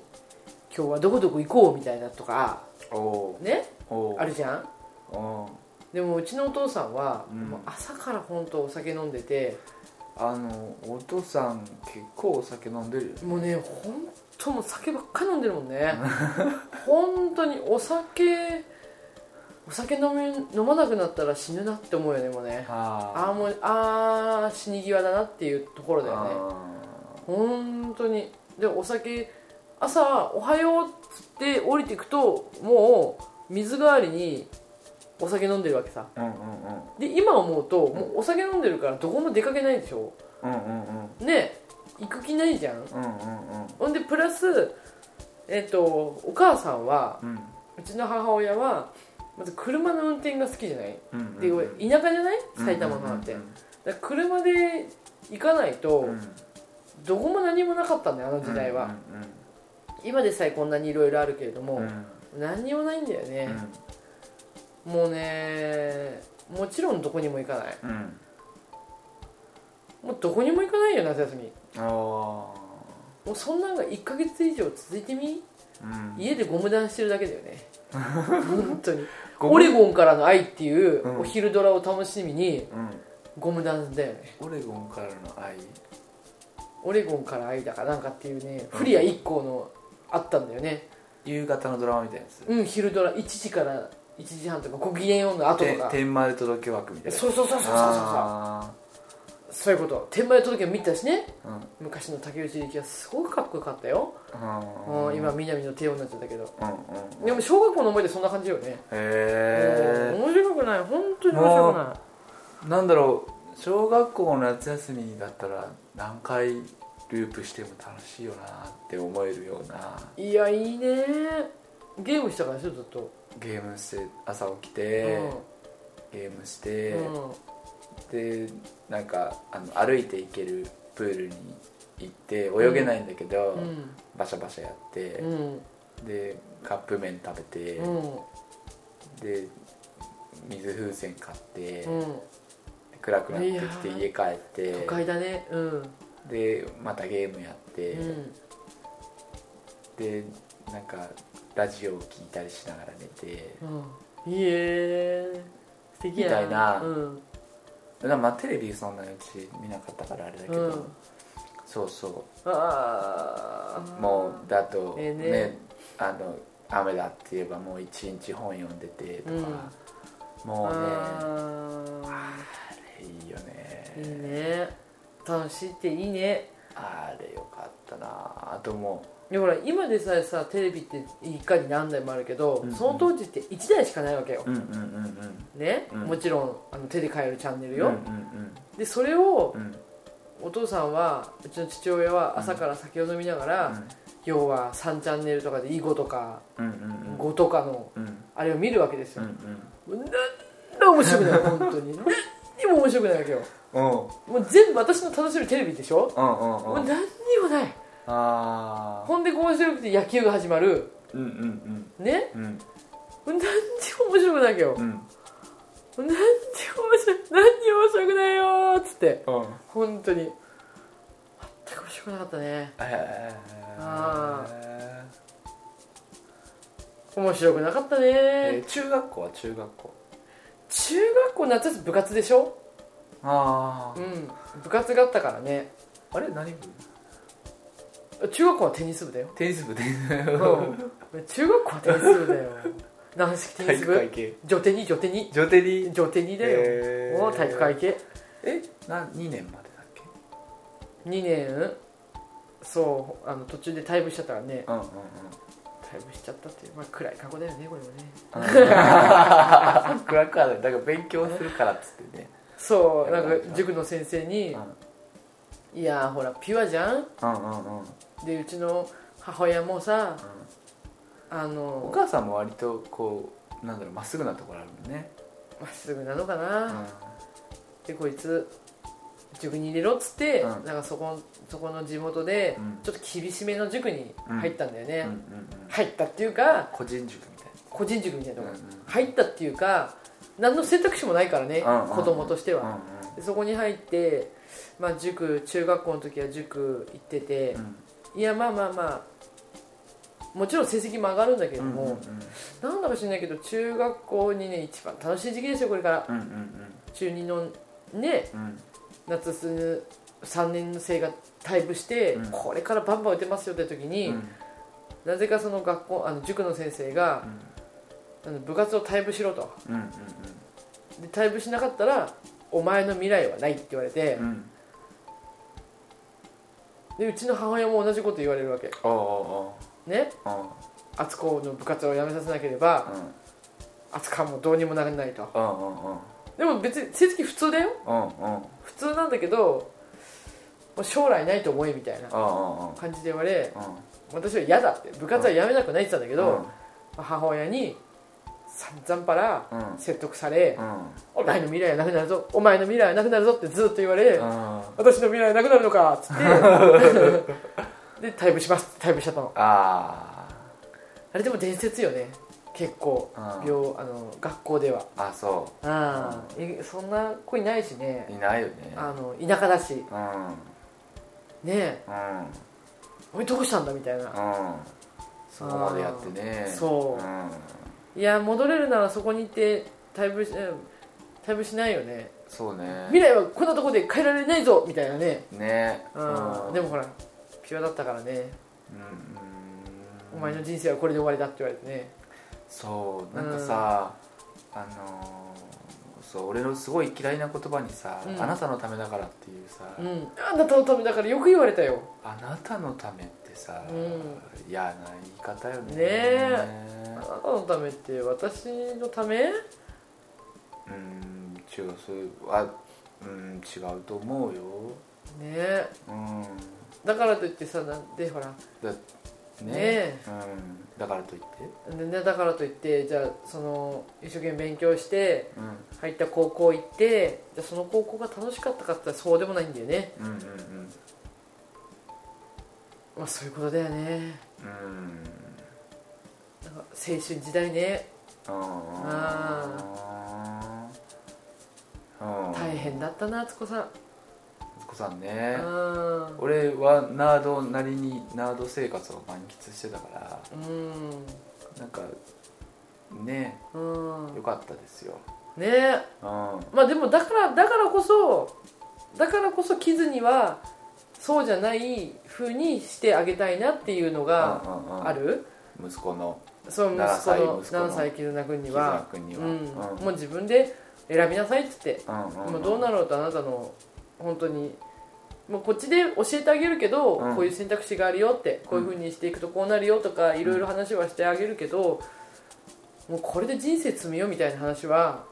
D: 今日はどこどこ行こうみたいなとか
C: お
D: ね
C: ーおー
D: あるじゃん
C: おー
D: でもうちのお父さんは、
C: うん
D: もう朝から本当お酒飲んでて
C: あのお父さん結構お酒飲んでるよね
D: もうね本当もう酒ばっか飲んでるもんね 本当にお酒お酒飲み飲まなくなったら死ぬなって思うよねもうねあ
C: あ
D: あもうああ死に際だなっていうところ
C: ー
D: だよね
C: あ
D: 本当にでお酒朝「おはよう」っつって降りていくともう水代わりにお酒飲んでるわけさ
C: ーうんうんうん
D: で今思うともうお酒飲んでるからどこも出かけないでしょ
C: うんうんうん
D: ね行く気ないじゃ
C: う
D: ん
C: んうん
D: ほんでプラスえっ、とお母さんは
C: うん
D: うちの母親はまず車の運転が好きじゃない
C: うんうん
D: で田舎じゃない埼玉のなんてだから車で行かないとどこも何もなかったんだよあの時代は今でさえこんなにいろいろあるけれど
C: うん
D: も、
C: うん
D: 何にもないんだよね、もうねもちろんどこにも行かない
C: うんうん
D: もうどこにも行かないよ夏休み
C: ああ
D: もうそんなんが1ヶ月以上続いてみ
C: うん
D: 家でゴム弾してるだけだよね 本当に
C: ゴム
D: オレゴンからの愛っていう
C: うん
D: お昼ドラを楽しみに
C: うん
D: ゴム弾だよね
C: オレゴンからの愛
D: オレゴンから愛だかなんかっていうねフリア1個のあったんだよね
C: 夕方のドラマみたいなやつ
D: うん昼ドラ1時から1時半とかご機嫌ようの後と
C: て
D: か
C: 天まで届け枠みたいな
D: そうそうそうそうそうそうそう
C: あ
D: そういうこと天満屋届け見たしね
C: ーうん
D: 昔の竹内力はすごくかっこよかったよ、
C: あ
D: う
C: ー
D: ん今南の帝王になっちゃったけど
C: うんうん
D: でも小学校の思い出そんな感じよね、
C: へ
D: 面白くない本当に面白くな
C: えなんだろう小学校の夏休みだったら何回ループしても楽しいよなって思えるようない
D: いやいいねゲームしたからでしょずっと、
C: ゲームして朝起きて、ゲームして、
D: うんうん
C: でなんかあの歩いて行けるプールに行って泳げないんだけど、
D: うん
C: バシャバシャやって
D: う、ん
C: でカップ麺食べて、
D: うん
C: で水風船買って、
D: うん
C: 暗くなってき
D: いや
C: て
D: ー
C: 家帰って
D: 都会だねうん
C: でまたゲームやって、
D: うん
C: でなんかラジオを聞いたりしながら寝て
D: うんいいえ素敵や
C: みたいな
D: うん
C: だからまあテレビそんなにうち見なかったからあれだけど、
D: うん
C: そうそう
D: ああ
C: もうだと
D: ええ
C: ね,、
D: ね
C: あの雨だって言えばもう一日本読んでてとか、もうね
D: あ
C: いいよね
D: ーいいね楽しいっていいね
C: あれよかったなあとも
D: でほら今でさえさテレビって一家に何台もあるけど、
C: うんうん
D: その当時って1台しかないわけよ
C: う、うんうんうんうん
D: ね、
C: うん
D: もちろんあの手で買えるチャンネル
C: うんう
D: よ、
C: ん
D: でそれを
C: うんうん
D: お父さんはうちの父親は朝から酒を飲みながら、要は3チャンネルとかで囲碁とか
C: うんうんうん
D: 碁とかの
C: うん
D: あれを見るわけです
C: う
D: よ、
C: ん
D: もう何ら面 白くない本当に何にも面白くないわけよ
C: うんうん
D: もう全部私の楽しむテレビでしょ、
C: うん
D: も
C: う
D: うん何にもない
C: ああ
D: ほんで面白くて野球が始まる
C: うんうん
D: ね
C: うんうん
D: 何にも面白くないわけよ
C: うんうん
D: 何にも面白い何にも面白くないよーっつって本当に全く面白くなかったね
C: え
D: あ
C: ー
D: 面白くなかったね、
C: えー中学校は中学校
D: 中学校夏休み部活でしょ
C: あ
D: う
C: ー
D: ん部活があったからね
C: あれ何部
D: 中学校はテニス部だよ、
C: テニス部テニス
D: うん、中学校はテニス部だよ軟式テ
C: 体
D: ニス
C: 育会
D: 部
C: 系
D: 女手に女手に
C: 女手に
D: 女手にだよ、
C: へー
D: もう体育会系
C: えな2年までだっけ
D: 2年そうあの途中で退部しちゃったからね
C: うんうん
D: 退部しちゃったっていう、まあ、暗い過去だよねこれもね
C: うんクラッカーだだから勉強するからっつってね
D: そうなんか塾の先生に
C: うん
D: 「いやーほらピュアじゃん?
C: うんうんうん」
D: でうちの母親もさあ
C: お
D: の
C: 母さんも割とこうなんだろうまっすぐなところあるもんね、
D: まっすぐなのか
C: う
D: な、
C: ん
D: でこいつ塾に入れろっつって、
C: うん
D: なんかそこそこの地元で、
C: うん
D: ちょっと厳しめの塾に入ったんだよね、
C: うんうんうん、
D: 入ったっていうか
C: 個人塾みたい
D: 個人塾みたいなとこ、
C: うんうん
D: 入ったっていうか何の選択肢もないからね、
C: うんうんうん
D: 子供としては、
C: な、
D: でそこに入って、まあ、塾中学校の時は塾行ってて
C: う、ん
D: いやまあまあまあもちろん成績も上がるんだけど
C: うん、
D: も、
C: うん
D: なんだか知らないけど中学校2年一番楽しい時期ですよこれから
C: うんうんうん
D: 中2のね
C: うんうん
D: 夏す3年生が退部して、
C: うん
D: これからバンバン打てますよって時に、
C: うん
D: なぜかその学校あの塾の先生が、あの部活を退部しろと
C: うんうん
D: で退部しなかったらお前の未来はないって言われて
C: う、んうん
D: でうちの母親も同じこと言われるわけ
C: おうお
D: ね
C: うおうおう
D: 敦子の部活を辞めさせなければ
C: うん
D: 敦子はもうどうにもならないと
C: うんうんうん
D: でも別に成績普通だよ
C: うんうん
D: 普通なんだけどもう将来ないと思えみたいな
C: うんうんうん
D: 感じで言われ
C: うん
D: 私は嫌だって部活は辞めなくないって言ったんだけど、母親に散々パラ
C: うんうん
D: 説得され
C: うん
D: 「お前の未来はなくなるぞお前の未来はなくなるぞ」ってずっと言われ
C: うん
D: 「私の未来はなくなるのか」っつってで退部しますって退部しちゃったの
C: あ
D: あれでも伝説よね結構
C: あうん
D: 病あの学校では
C: あそ
D: ああいそんな子いないし
C: う
D: ね
C: いないよね
D: あの田舎だしね
C: うん
D: え
C: うん
D: おいどうしたんだみたいな
C: うんそこまでやってね
D: あーそう
C: うん
D: いや戻れるならそこに行って退部しうん退部しないよね
C: そうね
D: 未来はこんなとこで変えられないぞみたいなね
C: ね
D: うんでもほらピュアだったからね
C: うんうん
D: お前の人生はこれで終わりだって言われてね
C: そうなんかさ、あのーそう俺のすごい嫌いな言葉にさ、
D: うん
C: あなたのためだからっていうさ、
D: うんあなたのためだからよく言われたよ
C: あなたのためってさ、
D: う
C: 嫌な言い方よね
D: ねえあなたのためって私のため
C: うん違うそういうあうん違うと思うよ
D: ね
C: うん
D: だからといってさなんでほら
C: だね
D: ねえ
C: うん、だからといって
D: でねだからといってじゃあその一生懸命勉強して
C: うん
D: 入った高校行ってじゃあその高校が楽しかったかって言ったらそうでもないんだよね
C: うんうん
D: まあそういうことだよね
C: うんうん
D: なんか青春時代ね
C: ああ
D: 大変だったな敦子さん
C: 息子さんね
D: うん
C: 俺はナードなりにナード生活を満喫してたから
D: うん
C: なんかね
D: うん
C: 良かったですよ
D: ねえ
C: うん
D: まあでもだからだからこそだからこそキズにはそうじゃない風にしてあげたいなっていうのが
C: うんうんうん
D: ある、
C: 息子の
D: その息
C: 7歳
D: 子の
C: 息子の
D: 7歳キズナ君に
C: 木
D: は
C: 沢君に
D: う
C: は
D: んもう自分で選びなさいって言って、
C: うん
D: もうどうな
C: る
D: ろうとあなたの本当にもうこっちで教えてあげるけど、
C: うん
D: こういう選択肢があるよってこういう風にしていくとこうなるよとかいろいろ話はしてあげるけど、もうこれで人生積みよみたいな話は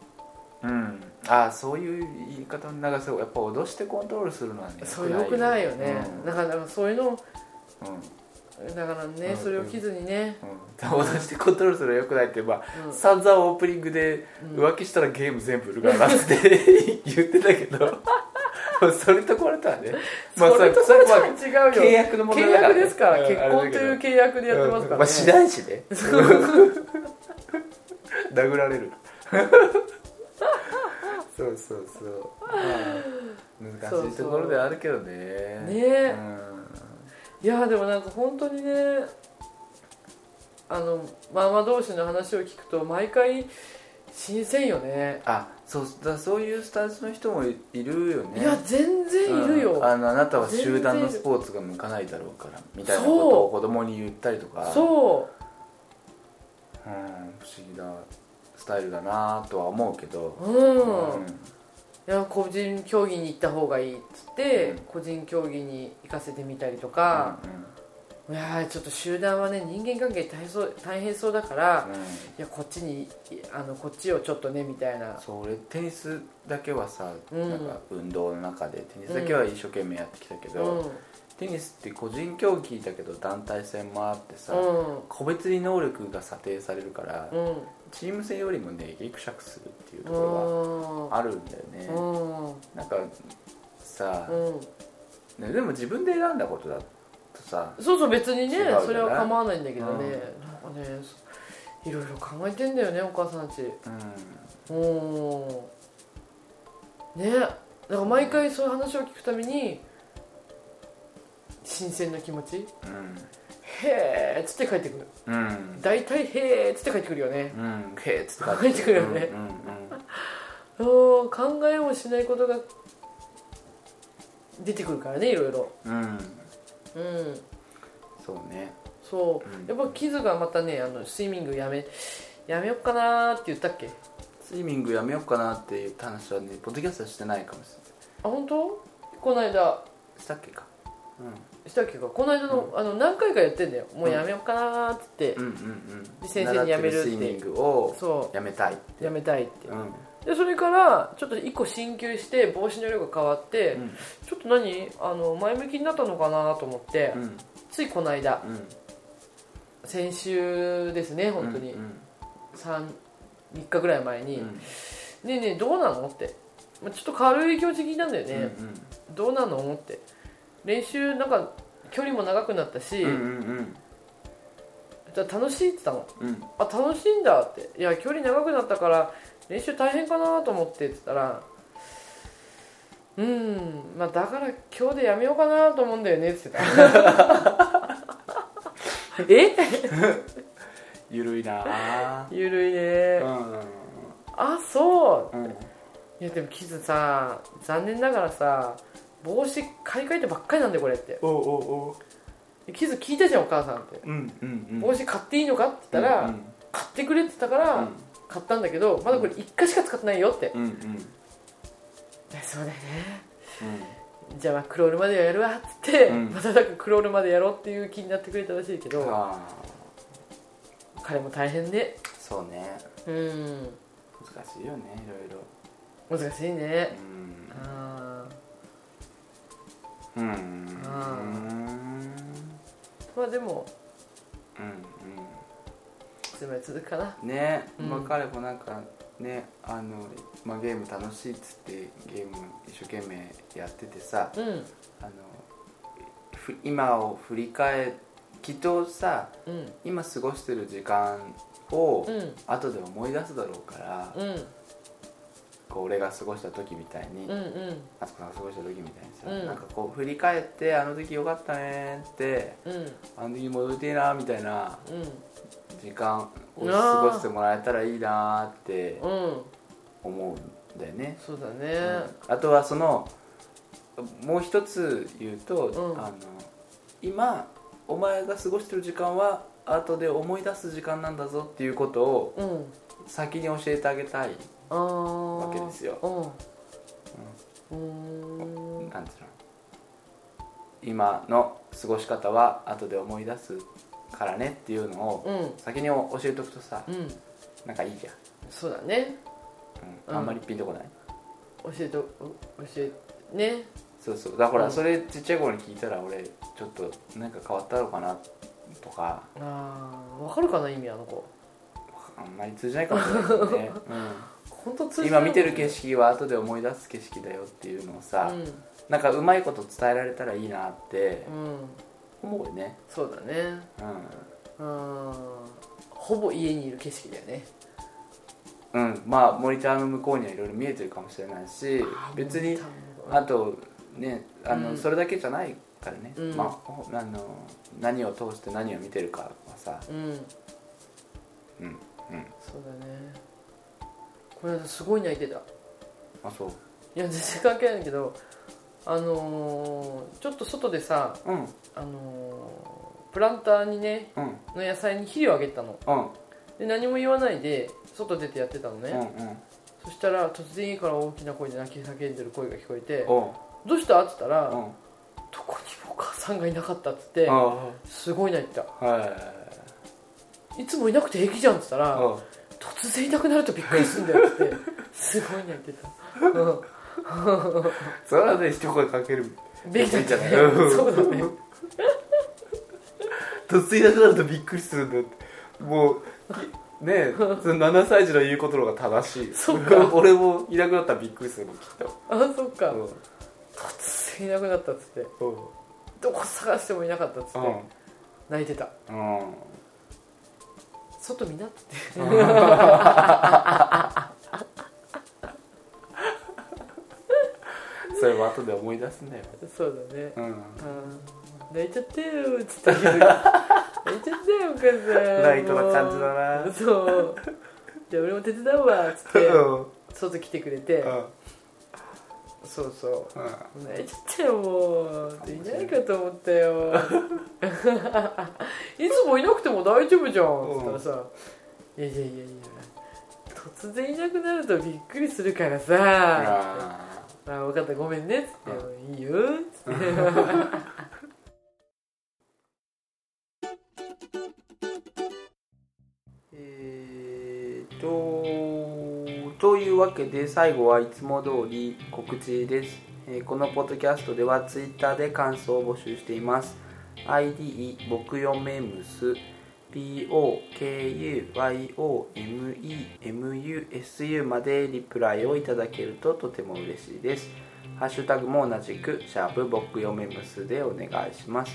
C: うんああそういう言い方の長さをやっぱ脅してコントロールするのはね
D: そうよくないよね、
C: うん
D: なかなかそういうのを
C: うん
D: だからね、
C: うん
D: それを機ずにね、
C: うん脅してコントロールするのはよくないってまあ
D: うん
C: 散々オープニングで
D: うん
C: 浮気したらゲーム全部売るからなって 言ってたけ どそれとこれとはねまあ
D: それと
C: そ
D: そ
C: れ
D: れ
C: は
D: とは違う
C: 契
D: よ、
C: 約の問
D: 契
C: 題だから
D: 約ですから、結婚という
C: 契
D: 契約でやってますからね、
C: まあしないしね殴られるそうそうそう、まあ難しいところではあるけどね
D: ねいやでもなんか本当にねあのママ同士の話を聞くと毎回新鮮よね
C: あそうだそういうスタンスの人もいるよね
D: いや全然いるよ、
C: うんあのあなたは集団のスポーツが向かないだろうからみたいなこ
D: そう
C: とを子供に言ったりとか
D: そ
C: うん、不思議なスタイルだなとは思うけど
D: ううん、
C: うん
D: いや個人競技に行った方がいいっつって、
C: うん
D: 個人競技に行かせてみたりとか、
C: うん
D: いやーちょっと集団はね人間関係大変そう大変そうだか
C: う
D: ら、
C: ん
D: いやこっちにあのこっちをちょっとねみたいな
C: そう俺テニスだけはさ、
D: うん
C: なんか運動の中でテニスだけは一生懸命やってきたけ
D: う
C: ど、
D: んうん
C: テニスって個人競技だけど団体戦もあってさ、個別に能力が査定されるから、
D: うん
C: チーム戦よりもねギクシャクするっていうと
D: う
C: ころ
D: ん
C: はあるんだよね、
D: うん
C: なんかさ、
D: うん
C: ねでも自分で選んだことだとさ
D: そうそう別にね
C: 違うよね
D: それは構わないんだけどね、
C: うん
D: なんかねそいろいろ考えてんだよねお母さんたち
C: うん
D: うんねだから毎回そういう話を聞くために新鮮な気持ちへえっつって帰ってくる
C: うんうん
D: 大体へえっつって帰ってくるよね
C: うんへえっつって
D: 入ってくるよね
C: うんうん
D: うん考えもしないことが出てくるからねいろいろ
C: うん、うん
D: うん
C: そうね
D: そう、
C: うん
D: やっぱキズがまたねあのスイミングやめやめよっかなーって言ったっけあ
C: スイミングやめようかなっていう話はねポッドキャストはしてないかもしれない
D: 本当この間
C: したっけか、
D: したっけかこの間の,、あの何回かやってんだよもうやめよっかなーって言っ
C: う
D: て、
C: ん、うんうんうん
D: で先生にやめるって
C: 習ってるスイミングを
D: そ
C: やめたいっ
D: う
C: て
D: やめたいって
C: うん、うん
D: でそれからちょっと1個進級して帽子の色が変わって、
C: うん
D: ちょっと何あの前向きになったのかなと思って、
C: うん
D: ついこの間先週ですね本当に、
C: うん
D: 三3日ぐらい前に、
C: うん
D: ねえねえどうなのってまあちょっと軽い気持ち聞いたんだよね、
C: うん
D: どうなのって練習なんか距離も長くなったし、
C: うんうん
D: じゃあ楽しいって言っ
C: う
D: たの
C: んうん
D: あ楽しいんだっていや距離長くなったから練習大変かなと思ってって言ったらうんまあだから今日でやめようかなと思うんだよねって言って た え
C: ゆるいな
D: ゆるい
C: ぁ
D: ねあそ
C: うんうん
D: ういやでもキズさ残念ながらさ帽子買い替えてばっかりなんだよこれって
C: おうおうおう
D: キズ聞いたじゃんお母さんって
C: うんうんうん
D: 帽子買っていいのかって言ったら、
C: うん
D: 買ってくれって言ったから、買ったんだけどまだこれ1回しか使ってないよって、
C: うんうんうん
D: そうだよねじゃあまあクロールまではやるわっつって、
C: うん
D: またなんかクロールまでやろうっていう気になってくれたらしいけ
C: うん
D: ど
C: あ
D: 彼も大変ね
C: ーそうね
D: うん
C: 難しいよねいろいろ
D: 難しいね
C: うん
D: あ
C: うん
D: あ
C: うん
D: ーまあでも
C: うんうん
D: いつまで続くかな
C: ね、
D: うん
C: まあ彼もなんかねあの、まあ、ゲーム楽しいっつってゲーム一生懸命やっててさ
D: うん
C: あのふ今を振り返きっとさ
D: うん
C: 今過ごしてる時間を
D: うん
C: 後で思い出すだろうから、
D: うん
C: こう俺が過ごした時みたいに、
D: うんうん
C: あつこさんが過ごした時みたいにさ、
D: うん
C: なんかこう振り返ってあの時よかったねって
D: うんうん
C: あの時戻りてえなみたいな時間を過
D: あー
C: ごしてもらえたらいいなって
D: うん
C: 思うんだよね、
D: そうだ
C: うん
D: ね
C: あとはそのもう一つ言うと、
D: うん
C: あの今お前が過ごしてる時間は後で思い出す時間なんだぞっていうことを
D: うん、
C: 先に教えてあげたい
D: ああ
C: わけですよ
D: うんうんうん
C: なんていうの今の過ごし方は後で思い出すからねっていうのを
D: うん
C: 先に教えとくとさ
D: うん
C: なんかいいじゃん、
D: そうだね
C: うん
D: うん
C: あんまりピンとこない、
D: 教えてお教えね
C: そうそうだから
D: うん
C: それちっちゃい頃に聞いたら俺ちょっとなんか変わったのかなとか
D: あーわかるかな意味あの子
C: あんまり通じないかもしれない けどね、
D: 本当通
C: うん、
D: じな
C: 今
D: い
C: 見てる景色は後で思い出す景色だよっていうのをさ、
D: うん、
C: なんかうまいこと伝えられたらいいなって
D: うん、
C: 思うね、
D: そうだねうんほぼ家にいる景色だよね
C: うん、うん、まあモニターの向こうにはいろいろ見えてるかもしれないし別にあとねあの、
D: うん
C: それだけじゃないからね、
D: うん
C: まあほ、あの何を通して何を見てるかはさ、
D: うん
C: うんうん、
D: そうだねこれすごい泣いてたい
C: あそう
D: や全然関係ないんだけどあのーちょっと外でさ
C: うんうん
D: あのープランターにねの野菜に肥料あげてたの
C: うん
D: で何も言わないで外出てやってたのね、
C: うんうん
D: そしたら突然家から大きな声で泣き叫んでる声が聞こえて
C: おう
D: 「どうした?」って言ったら「
C: うん
D: どこにもお母ささんがいなかったっつって
C: あ
D: すごいな言った
C: あはい
D: いつもいなくて平気じゃんっつったら
C: あ
D: 突然いなくなるとびっくりするんだよっつってすごいな言ってたうん
C: それはね一声かける
D: 便利だったね
C: うん
D: そうだね
C: 突然なくなるとびっくりするんだってもういね えその7歳児の言うことの方が正しい
D: そっ か
C: 俺もいなくなったらびっくりするきっと
D: あそっか
C: うん
D: 突然いなくなったっつって
C: うん
D: どこ探してもいなかったっつって泣いてた
C: うんうん
D: 外見なっつって
C: それも後で思い出すんだよ
D: そうだね
C: うん
D: あー泣いちゃったよっつったけど 泣いちゃったよお母さん
C: ライトな感じだ
D: もう
C: な
D: そうじゃあ俺も手伝うわっつっ
C: う
D: て
C: ん
D: 外来てくれて
C: うん
D: そうそ
C: うん
D: う泣いちゃったよもういないかと思ったよ いつもいなくても大丈夫じゃんっつったらさ「いやいやいやいや突然いなくなるとびっくりするからさ」
C: あ
D: あー分かったごめんね」っつって「いいよ」っつって
C: えーっとというわけで最後はいつも通り告知です、えーこのポッドキャストではツイッターで感想を募集しています ID 僕よめむす POKUYOMEMUSU までリプライをいただけるととても嬉しいですハッシュタグも同じくシャープ僕よめむすでお願いします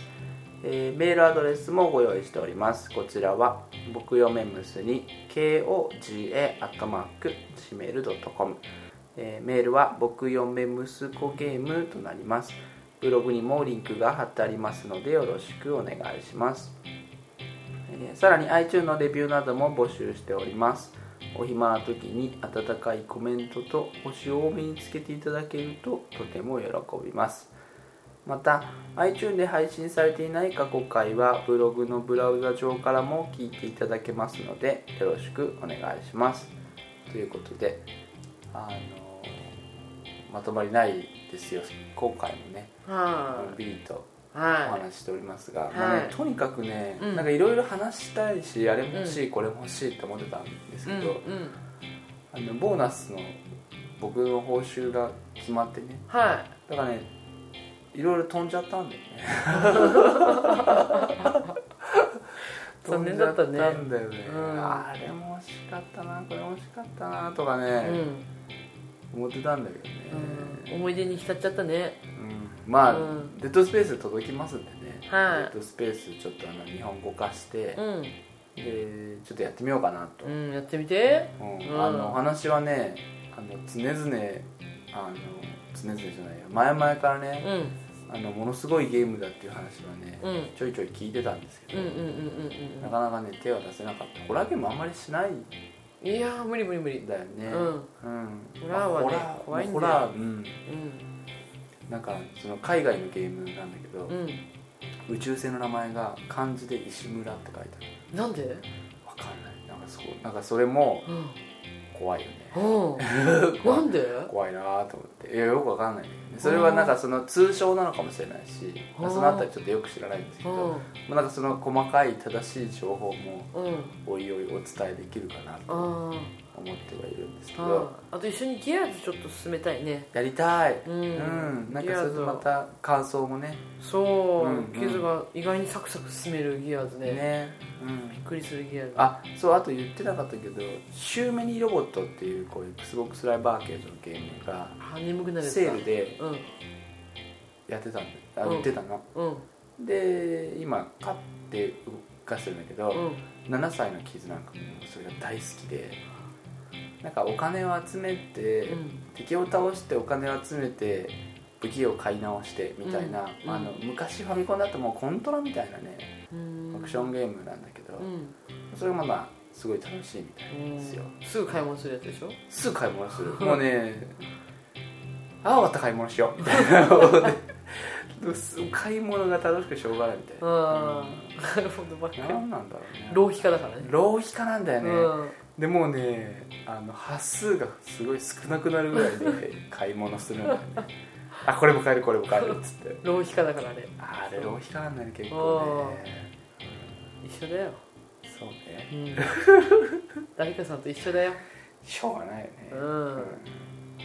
C: えーメールアドレスもご用意しておりますこちらは僕よめむすに koga.gmail.com、えーメールは僕よめむすこゲームとなりますブログにもリンクが貼ってありますのでよろしくお願いします、えーさらに iTunes のレビューなども募集しておりますお暇な時に温かいコメントと星を多めにつけていただけるととても喜びますまた iTunes で配信されていない過去回はブログのブラウザ上からも聞いていただけますのでよろしくお願いしますということであのまとまりないですよ今回もねの
D: は
C: んびりと
D: い
C: お
D: はい
C: 話ししておりますが、
D: い
C: まあねとにかくね、
D: うん
C: なんかいろいろ話したいしあれも欲しい、これも欲しいって思ってたんです
D: う
C: け
D: ん
C: ど、
D: うん
C: あのボーナスの僕の報酬が決まってね
D: は
C: だからねいろいろ飛んじゃった んだよね
D: 残念だった
C: 飛ん
D: ね
C: じゃったんだよね、
D: うん
C: あれも欲しかったなこれも欲しかったなとか
D: い、
C: ね、
D: うん
C: 思ってたんだけどね、
D: うん思い出に浸っちゃったね
C: うんまあ、
D: うん
C: デッドスペース届きますんでね、
D: は
C: デ
D: い
C: ッドスペースちょっとあの日本語化して
D: う、ん、
C: でちょっとやってみようかなと、
D: うん、やってみて
C: うん
D: うん
C: あのお話はねあの常々あの常々じゃないよ前々から
D: う
C: ね
D: ん、うん
C: あのものすごいゲームだっていう話はね、
D: うん
C: ちょいちょい聞いてたんですけ
D: うんう
C: ど、
D: んうん
C: なかなかね手は出せなかったホラーゲームあんまりしないん
D: うんいやー無理無理無理
C: だよね
D: うん
C: うん
D: ホラーはね
C: まあホラ
D: 怖
C: ー
D: いんだ
C: ホ
D: よ
C: ラーうん
D: うん
C: なんかその海外のゲームなんだけど、
D: うん
C: 宇宙船の名前が漢字で石村って書いてある
D: なんで
C: わかんないなんかそうなんかそれも
D: うん
C: 怖いよね
D: うんなんで
C: 怖いなと思っていやよくわかんないんだけどねそれはなんかその通称なのかもしれないし
D: あー
C: そのあたりちょっとよく知らないんですけ
D: う
C: ど
D: ん
C: もうなんかその細かい正しい情報も
D: うん
C: おいおいお伝えできるかなと
D: あ
C: 思ってはいるんですけ
D: ー
C: ど
D: あーあと一緒にギアーズちょっと進めたいね
C: やりたい
D: うん
C: うんなん
D: ギ
C: かそ
D: アー
C: れ
D: ズ
C: と
D: を
C: また感想もね
D: そう、
C: うんうん
D: キズが意外にサクサク進めるギアーズね
C: ねうん
D: びっくりするギアーズ
C: あそうあと言ってなかったけど「シューメニーロボット」っていうこう XBOX ライブアーケードのゲームが
D: あ眠くなるやつ
C: セ
D: だ
C: ールで
D: うん
C: やってたんであ
D: うん
C: 売ってたの
D: うん
C: で今買って動かしてるんだけど、
D: うん
C: 7歳のキズなんかもそれが大好きでなんかお金を集めて、
D: うん
C: 敵を倒してお金を集めて武器を買い直してみたいな、
D: うん
C: あの昔ファミコンだともうコントラみたいなね
D: うん
C: アクションゲームなんだけど、
D: うん
C: それがまあすごい楽しいみたいなんですよ、
D: すぐ買い物するやつでしょ
C: すぐ買い物 するもうねああ終わった買い物しようみたいなの で買い物が楽しくてしょうがないみたいな
D: あ、あなるほどばっ
C: うん、
D: か
C: 何なんだろうね
D: り浪費家だからね
C: 浪費家なんだよね、
D: うん
C: でもう ねあの端数がすごい少なくなるぐらいで買い物するんだよねあこれも買えるこれも買えるっつって
D: 浪費家だからあれ
C: あれ浪費感あんだね結
D: あ
C: 構ね
D: 一緒だよ、
C: そうね
D: うん、誰かさんと一緒だよ
C: しょうがないよね
D: うん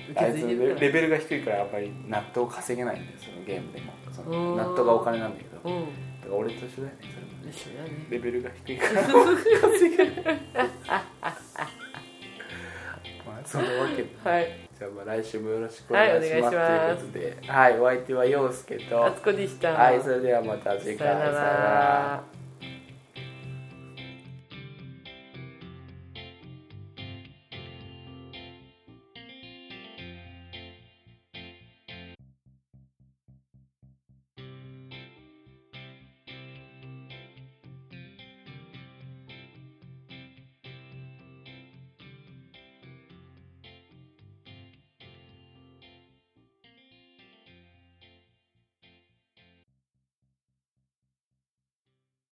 D: 受
C: あ
D: け
C: い
D: 継
C: つ
D: いで
C: レ
D: るから
C: レベルが低いからやっぱり納豆稼げないんだよそのゲームでもその
D: うん
C: 納豆がお金なんだけどだか
D: うん
C: ら俺と一緒だよねそれもね
D: 一緒だ ね
C: レベルが低いからまあそんなわけで
D: はい
C: じゃあまあ来週もよろしくお願いします,、
D: はいお願いします
C: ということではいお相手は陽介と
D: あつこでした
C: はいそれではまた次回
D: さよなら